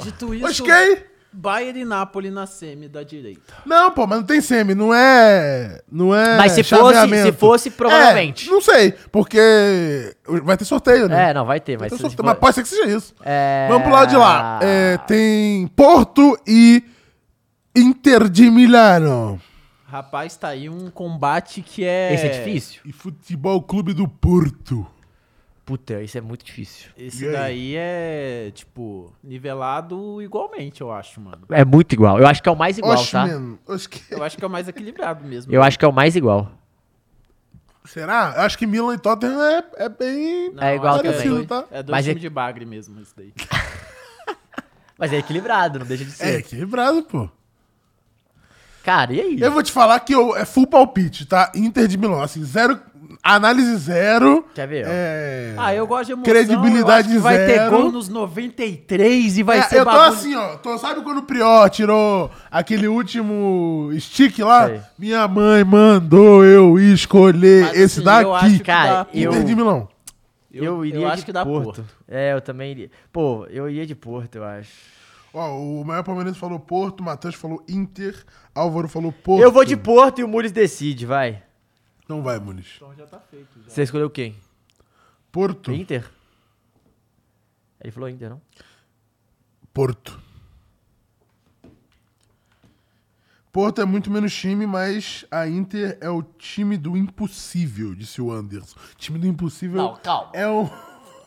Speaker 3: Dito isso,
Speaker 2: Busquei!
Speaker 3: Bayern e Napoli na semi da direita.
Speaker 2: Não, pô, mas não tem semi, não é. Não é.
Speaker 1: Mas se
Speaker 2: chaveamento.
Speaker 1: fosse- se fosse, provavelmente.
Speaker 2: É, não sei, porque vai ter sorteio, né?
Speaker 1: É, não vai ter,
Speaker 2: vai
Speaker 1: mas
Speaker 2: ter
Speaker 1: se,
Speaker 2: sorteio,
Speaker 1: tipo,
Speaker 2: mas pode ser que seja isso.
Speaker 1: é...
Speaker 2: Vamos pro lado de lá. É, tem Porto e Inter de Milano.
Speaker 3: Rapaz, tá aí um combate que é...
Speaker 1: Esse é difícil?
Speaker 2: E Futebol Clube do Porto.
Speaker 1: Puta, esse é muito difícil.
Speaker 3: Esse
Speaker 2: E aí?
Speaker 3: daí é, tipo, nivelado igualmente, eu acho, mano.
Speaker 1: É muito igual. Eu acho que é o mais igual, tá?
Speaker 2: Oxman. Oxman.
Speaker 3: Eu acho que é o mais equilibrado mesmo.
Speaker 1: Eu acho que é o mais igual.
Speaker 2: Será? Eu acho que Milan e Tottenham é, é bem. tá?
Speaker 3: Não,
Speaker 1: É igual
Speaker 3: acho que
Speaker 2: também.
Speaker 3: É dois, é dois
Speaker 1: Mas é-
Speaker 3: times de bagre mesmo, isso daí.
Speaker 1: Mas é equilibrado, não deixa de
Speaker 2: É
Speaker 1: ser.
Speaker 2: equilibrado, pô.
Speaker 1: Cara, e aí?
Speaker 2: Eu vou te falar que eu, é full palpite, tá? Inter de Milão, assim, zero. Análise zero.
Speaker 1: Quer ver, ó?
Speaker 2: É.
Speaker 3: Ah, eu gosto de emoção.
Speaker 2: Credibilidade
Speaker 3: eu acho que vai ter
Speaker 2: zero.
Speaker 3: gol nos 93 e vai
Speaker 2: É,
Speaker 3: ser
Speaker 2: eu tô
Speaker 3: bagulho.
Speaker 2: assim, ó. Tô, sabe quando o Prior tirou aquele último stick lá?
Speaker 1: Sei.
Speaker 2: Minha mãe mandou eu escolher
Speaker 3: Mas,
Speaker 2: esse
Speaker 3: assim,
Speaker 2: daqui.
Speaker 3: eu acho que
Speaker 1: Cara,
Speaker 3: dá-
Speaker 1: eu-
Speaker 2: Inter de Milão.
Speaker 1: Eu, iria
Speaker 3: eu acho
Speaker 1: de
Speaker 3: que dá Porto.
Speaker 1: É, eu também iria. Pô, eu ia de Porto, eu acho.
Speaker 2: Ó, o maior palmeirense falou Porto, o Matheus falou Inter, Álvaro falou Porto.
Speaker 1: Eu vou de Porto e o Mules decide, vai.
Speaker 2: Não vai, Muniz.
Speaker 3: Então já tá feito. já.
Speaker 1: Você escolheu quem?
Speaker 2: Porto.
Speaker 1: Inter? Ele falou Inter, não?
Speaker 2: Porto. Porto é muito menos time, mas a Inter é o time do impossível, disse o Anderson. Time do impossível
Speaker 1: Não, calma.
Speaker 2: é o,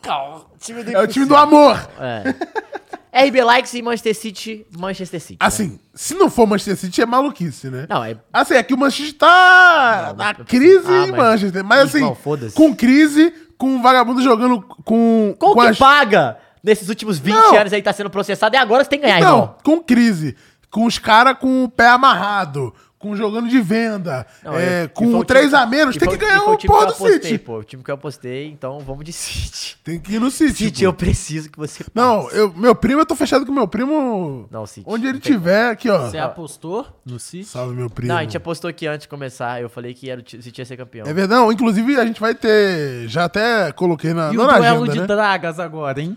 Speaker 1: Calma. Time do
Speaker 2: é o time do amor.
Speaker 1: É. RB Likes e Manchester City, Manchester City. né?
Speaker 2: Assim, se não for Manchester City, é maluquice, né?
Speaker 1: Não, é.
Speaker 2: Assim, é que o Manchester tá
Speaker 1: Não,
Speaker 2: na
Speaker 1: mas-
Speaker 2: crise
Speaker 1: Ah,
Speaker 2: em
Speaker 1: mas-
Speaker 2: Manchester. Mas assim,
Speaker 1: Irmão, foda-se.
Speaker 2: com crise, com um vagabundo jogando com.
Speaker 1: Com o que
Speaker 2: as-
Speaker 1: paga nesses últimos 20
Speaker 2: Não.
Speaker 1: anos aí tá sendo processado e agora você tem que ganhar,
Speaker 2: Não,
Speaker 1: irmão.
Speaker 2: com crise. Com os caras com o pé amarrado. Com jogando de venda.
Speaker 1: Não,
Speaker 2: é,
Speaker 1: eu- e foi
Speaker 2: com
Speaker 1: o
Speaker 2: três
Speaker 1: time-
Speaker 2: a menos.
Speaker 1: e
Speaker 2: Tem
Speaker 1: foi-
Speaker 2: que
Speaker 1: e
Speaker 2: ganhar
Speaker 1: foi
Speaker 2: o
Speaker 1: time que
Speaker 2: porra
Speaker 1: eu
Speaker 2: do
Speaker 1: apostei,
Speaker 2: City.
Speaker 1: Pô, o time que eu apostei, então vamos de City.
Speaker 2: Tem que ir no City.
Speaker 1: City,
Speaker 2: pô.
Speaker 1: eu preciso que você.
Speaker 2: Não, eu- meu primo, eu tô fechado com meu primo.
Speaker 1: Não, City.
Speaker 2: Onde ele
Speaker 1: não tem é
Speaker 2: tiver, aqui, ó.
Speaker 3: Você apostou no City?
Speaker 2: Salve, meu primo.
Speaker 1: Não, a gente é apostou aqui antes de começar. Eu falei que era o Ti- City ia ser campeão.
Speaker 2: É verdade, não, inclusive a gente vai ter. Já até coloquei na,
Speaker 3: E
Speaker 2: não
Speaker 3: o
Speaker 2: na
Speaker 3: duelo
Speaker 2: agenda,
Speaker 3: de
Speaker 2: né?
Speaker 3: dragas agora, hein?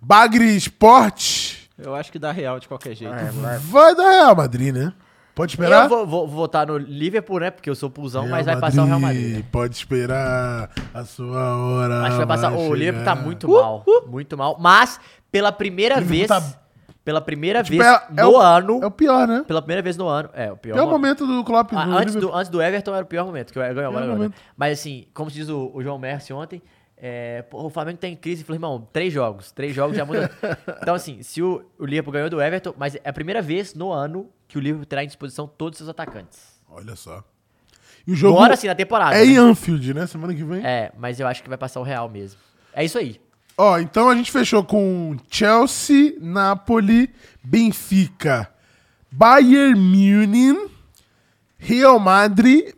Speaker 2: Bagre Esporte
Speaker 3: Eu acho que dá real de qualquer jeito.
Speaker 2: Ah, é. vai dar Real Madrid, né? Pode esperar?
Speaker 1: Eu vou, vou- vou votar no Liverpool, né? Porque eu sou pulzão,
Speaker 2: Real
Speaker 1: mas vai passar o Real Madrid. né?
Speaker 2: Pode esperar a sua hora.
Speaker 1: Acho que vai passar. o Liverpool tá
Speaker 2: chegar.
Speaker 1: muito
Speaker 3: Uh,
Speaker 1: mal. Muito mal. Mas, pela primeira
Speaker 2: Liverpool
Speaker 1: vez.
Speaker 2: tá-
Speaker 1: Pela primeira
Speaker 2: Tipo,
Speaker 1: vez
Speaker 2: é- é
Speaker 1: no
Speaker 2: o-
Speaker 1: ano.
Speaker 2: É o pior, né?
Speaker 1: Pela primeira vez no ano. É, o pior.
Speaker 2: É o
Speaker 1: momento.
Speaker 2: momento do Klopp.
Speaker 1: Ah,
Speaker 2: do
Speaker 1: antes,
Speaker 2: Liverpool.
Speaker 1: do, antes do Everton era o pior momento, que o ganhou
Speaker 2: Pior
Speaker 1: agora.
Speaker 2: momento.
Speaker 1: Mas assim, como diz o, o João Mércio ontem, é, pô, o Flamengo tá em crise. Falei, irmão, três jogos. Três jogos já muda. então, assim, se o, o Liverpool ganhou do Everton, mas é a primeira vez no ano que o Liverpool terá em disposição todos os seus atacantes.
Speaker 2: Olha só. E o jogo
Speaker 1: Agora sim, na temporada.
Speaker 2: Então, é em
Speaker 1: né?
Speaker 2: Anfield, né? Semana que vem.
Speaker 1: É, mas eu acho que vai passar o Real mesmo. É isso aí.
Speaker 2: Ó, então a gente fechou com Chelsea, Napoli, Benfica, Bayern Munich, Real Madrid,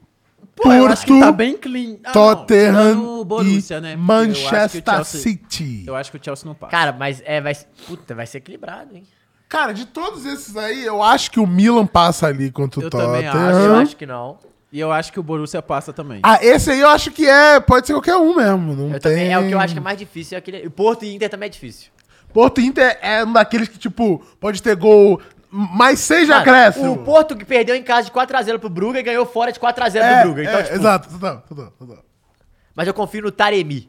Speaker 3: Pô, eu acho que
Speaker 2: Porto,
Speaker 3: tá bem clean. Ah, não,
Speaker 2: Tottenham
Speaker 3: tá no Borussia,
Speaker 2: e
Speaker 3: né? Eu acho que
Speaker 2: Manchester
Speaker 3: o Chelsea-
Speaker 2: City.
Speaker 3: Eu acho que o Chelsea não passa.
Speaker 1: Cara, mas é, vai, puta, vai ser equilibrado, hein?
Speaker 2: Cara, de todos esses aí, eu acho que o Milan passa ali contra o
Speaker 3: Eu também acho,
Speaker 1: Eu
Speaker 2: Tottenham.
Speaker 1: acho que não.
Speaker 3: E eu acho que o Borussia passa também.
Speaker 2: Ah, esse aí eu acho que é, pode ser qualquer um mesmo. Não
Speaker 1: Eu
Speaker 2: tem...
Speaker 1: também, é o que eu acho que é mais difícil. É aquele, Porto e Inter também é difícil.
Speaker 2: Porto e Inter é um daqueles que, tipo, pode ter gol, mas seis já
Speaker 1: Mano,
Speaker 2: cresce.
Speaker 1: O Porto que perdeu em casa de 4x0 pro Brugge e ganhou fora de 4x0
Speaker 2: é,
Speaker 1: pro Brugge. Então,
Speaker 2: é,
Speaker 1: tipo,
Speaker 2: Exato, total, total, total.
Speaker 1: Mas eu confio no Taremi.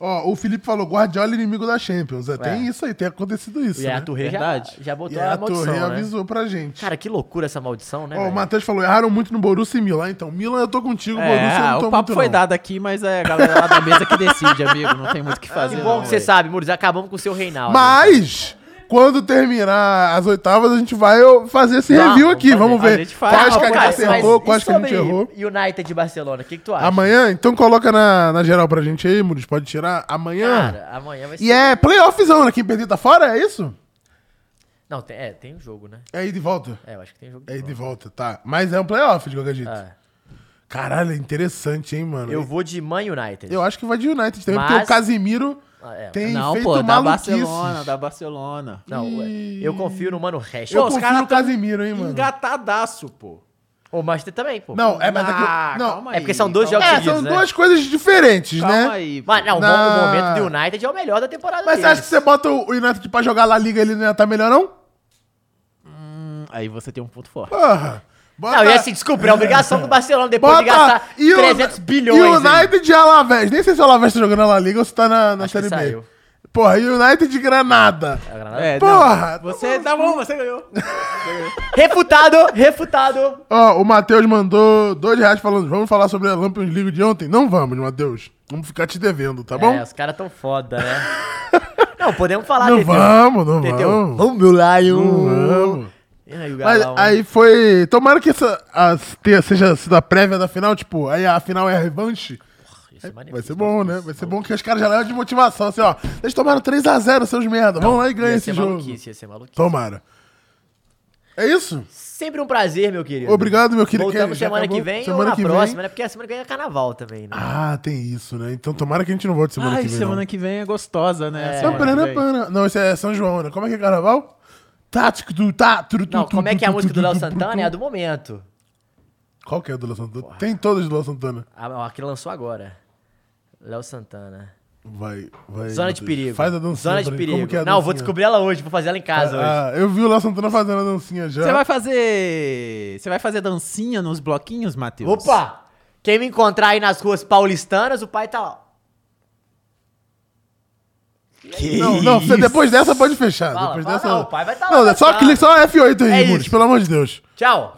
Speaker 2: Ó, o Felipe falou, Guardiola inimigo da Champions. É, tem
Speaker 1: É.
Speaker 2: isso aí, tem acontecido isso,
Speaker 1: E a
Speaker 2: né?
Speaker 1: Torre já,
Speaker 3: Verdade.
Speaker 1: já botou
Speaker 2: E
Speaker 1: a,
Speaker 2: a
Speaker 1: maldição,
Speaker 2: Torre
Speaker 1: né?
Speaker 2: avisou pra gente.
Speaker 1: Cara, que loucura essa maldição, né?
Speaker 2: Ó, o
Speaker 1: velho?
Speaker 2: Matheus falou, erraram muito no Borussia e Milan, então. Milan, eu tô contigo, Borussia, eu
Speaker 3: É,
Speaker 2: não tô
Speaker 3: o papo
Speaker 2: muito,
Speaker 3: foi
Speaker 2: não.
Speaker 3: dado aqui, mas é a galera lá da mesa que decide, amigo. Não tem muito o que fazer.
Speaker 1: que bom
Speaker 3: não,
Speaker 1: que você
Speaker 3: velho.
Speaker 1: sabe, Muros. Acabamos com o seu Reinaldo.
Speaker 2: Mas, quando terminar as oitavas, a gente vai fazer esse
Speaker 1: Vamos
Speaker 2: review aqui.
Speaker 1: fazer.
Speaker 2: Vamos
Speaker 3: A
Speaker 2: ver
Speaker 3: gente faz.
Speaker 2: quais
Speaker 3: Ah,
Speaker 2: que a gente
Speaker 3: cara, mas
Speaker 2: acertou,
Speaker 1: e
Speaker 2: quais que a gente
Speaker 1: sobre
Speaker 2: errou.
Speaker 1: United e Barcelona, o que, que tu acha?
Speaker 2: Amanhã, então coloca na, na geral pra gente aí, Muris. Pode tirar amanhã.
Speaker 1: Cara, amanhã vai ser.
Speaker 2: e é playoffzão, né? Quem perder tá fora, é isso?
Speaker 1: Não, tem, é, tem um jogo, né?
Speaker 2: É aí de volta.
Speaker 1: É, eu acho que tem jogo.
Speaker 2: É aí de
Speaker 1: novo.
Speaker 2: volta, tá. Mas é um playoff, de qualquer jeito.
Speaker 1: É.
Speaker 2: Caralho, é interessante, hein, mano?
Speaker 1: Eu vou de Man United.
Speaker 2: Eu acho que vai de United também,
Speaker 1: Mas-
Speaker 2: porque o Casimiro
Speaker 1: Ah, é.
Speaker 2: tem
Speaker 3: Não,
Speaker 2: feito
Speaker 3: pô, da
Speaker 2: maluquices.
Speaker 3: Barcelona, da Barcelona.
Speaker 1: Não, ué, eu confio no Mano Hash.
Speaker 2: Eu
Speaker 3: Pô, os
Speaker 2: confio
Speaker 3: caras
Speaker 2: no
Speaker 3: tão
Speaker 2: Casimiro, hein, mano?
Speaker 3: Engatadaço, pô.
Speaker 1: O Manchester também, pô.
Speaker 2: Não, é, mas é que...
Speaker 3: Ah,
Speaker 2: não.
Speaker 3: calma
Speaker 1: é porque são dois
Speaker 3: calma
Speaker 1: jogos
Speaker 2: É,
Speaker 3: aí,
Speaker 2: são
Speaker 1: seguidos, né?
Speaker 2: duas coisas diferentes, né?
Speaker 3: Calma aí. pô.
Speaker 1: Mas, não, o mo-
Speaker 2: Não.
Speaker 1: o momento do United é o melhor da temporada
Speaker 2: Mas você
Speaker 1: deles.
Speaker 2: acha que você bota o United pra jogar lá Liga ele não ia tá melhor, não?
Speaker 3: Hum, Aí você tem um ponto forte.
Speaker 2: Porra! Bota...
Speaker 1: Não, e assim, desculpa, é a obrigação do Barcelona depois
Speaker 2: Bota
Speaker 1: de gastar
Speaker 2: e o-
Speaker 1: 300 bilhões.
Speaker 2: E
Speaker 1: aí.
Speaker 2: o United e Alavés. Nem sei se o Alavés tá jogando na La Liga ou se tá na, na
Speaker 1: Acho que
Speaker 2: Série B.
Speaker 1: saiu.
Speaker 2: Porra, e o United de Granada.
Speaker 1: A Granada-
Speaker 3: É, não,
Speaker 2: Porra,
Speaker 3: Você tá bom, você ganhou.
Speaker 1: Refutado, refutado.
Speaker 2: Ó, o Matheus mandou dois reais falando, vamos falar sobre a Lampions League de ontem? Não vamos, Matheus. Vamos ficar te devendo, tá bom?
Speaker 1: É, os caras tão foda, né? não, podemos falar,
Speaker 2: não
Speaker 1: Teteu.
Speaker 2: vamos, não
Speaker 1: Teteu,
Speaker 2: vamos.
Speaker 1: Vamos, meu Lion.
Speaker 2: Vamos.
Speaker 1: E aí, o
Speaker 2: Mas
Speaker 1: galão.
Speaker 2: aí foi. Tomara que essa a- tenha- seja sido a prévia da final, tipo, aí a final é a revanche.
Speaker 1: Isso é maneiro.
Speaker 2: Vai ser bom, né? Vai ser bom que os caras já levam de motivação, assim, ó. Eles tomaram 3x0, seus merda. Vão lá e ganha
Speaker 1: Ia
Speaker 2: esse
Speaker 1: ser
Speaker 2: jogo.
Speaker 1: maluquice, ia ser maluquice.
Speaker 2: Tomara. É isso?
Speaker 1: Sempre um prazer, meu querido.
Speaker 2: Obrigado, meu querido.
Speaker 1: Voltamos
Speaker 2: Já
Speaker 1: semana que
Speaker 2: acabou?
Speaker 1: vem
Speaker 2: Semana
Speaker 1: ou na
Speaker 2: que vem.
Speaker 1: próxima, né? Porque a semana que vem é carnaval também, né?
Speaker 2: Ah, tem isso, né? Então tomara que a gente não volte semana
Speaker 3: Ai,
Speaker 2: que vem.
Speaker 3: semana
Speaker 2: não.
Speaker 3: que vem é gostosa, né?
Speaker 1: É.
Speaker 2: Não,
Speaker 3: Semana
Speaker 2: pera,
Speaker 3: que vem.
Speaker 2: pera. não, isso é São João, né? Como é que é carnaval? Tático do tá, Tátiro.
Speaker 1: Não, como é que é a música do Léo Santana? É a do momento.
Speaker 2: Qual que é a do Léo Santana? Tem todas do Léo Santana.
Speaker 1: A, a que lançou agora. Léo Santana.
Speaker 2: Vai, vai.
Speaker 1: Zona
Speaker 2: meu
Speaker 1: de
Speaker 2: Deus.
Speaker 1: perigo.
Speaker 2: Faz a dancinha.
Speaker 1: Zona de
Speaker 2: pra mim.
Speaker 1: perigo.
Speaker 2: Como que é a
Speaker 1: Não, vou
Speaker 2: dancinha?
Speaker 1: descobrir ela hoje, vou fazer ela em casa hoje.
Speaker 2: Ah, eu vi o Léo Santana fazendo a dancinha já.
Speaker 3: Você vai fazer. Você vai fazer dancinha nos bloquinhos, Matheus?
Speaker 1: Opa! Quem me encontrar aí nas ruas paulistanas, o pai tá lá.
Speaker 3: Que
Speaker 2: Não, não, você- depois dessa pode fechar.
Speaker 1: Fala,
Speaker 2: depois
Speaker 1: fala,
Speaker 2: dessa.
Speaker 1: não, o pai vai tá lá
Speaker 2: não,
Speaker 1: na
Speaker 2: só
Speaker 1: sala.
Speaker 2: clica só F8 aí,
Speaker 1: É
Speaker 2: Muris,
Speaker 1: isso.
Speaker 2: pelo amor de Deus.
Speaker 1: Tchau!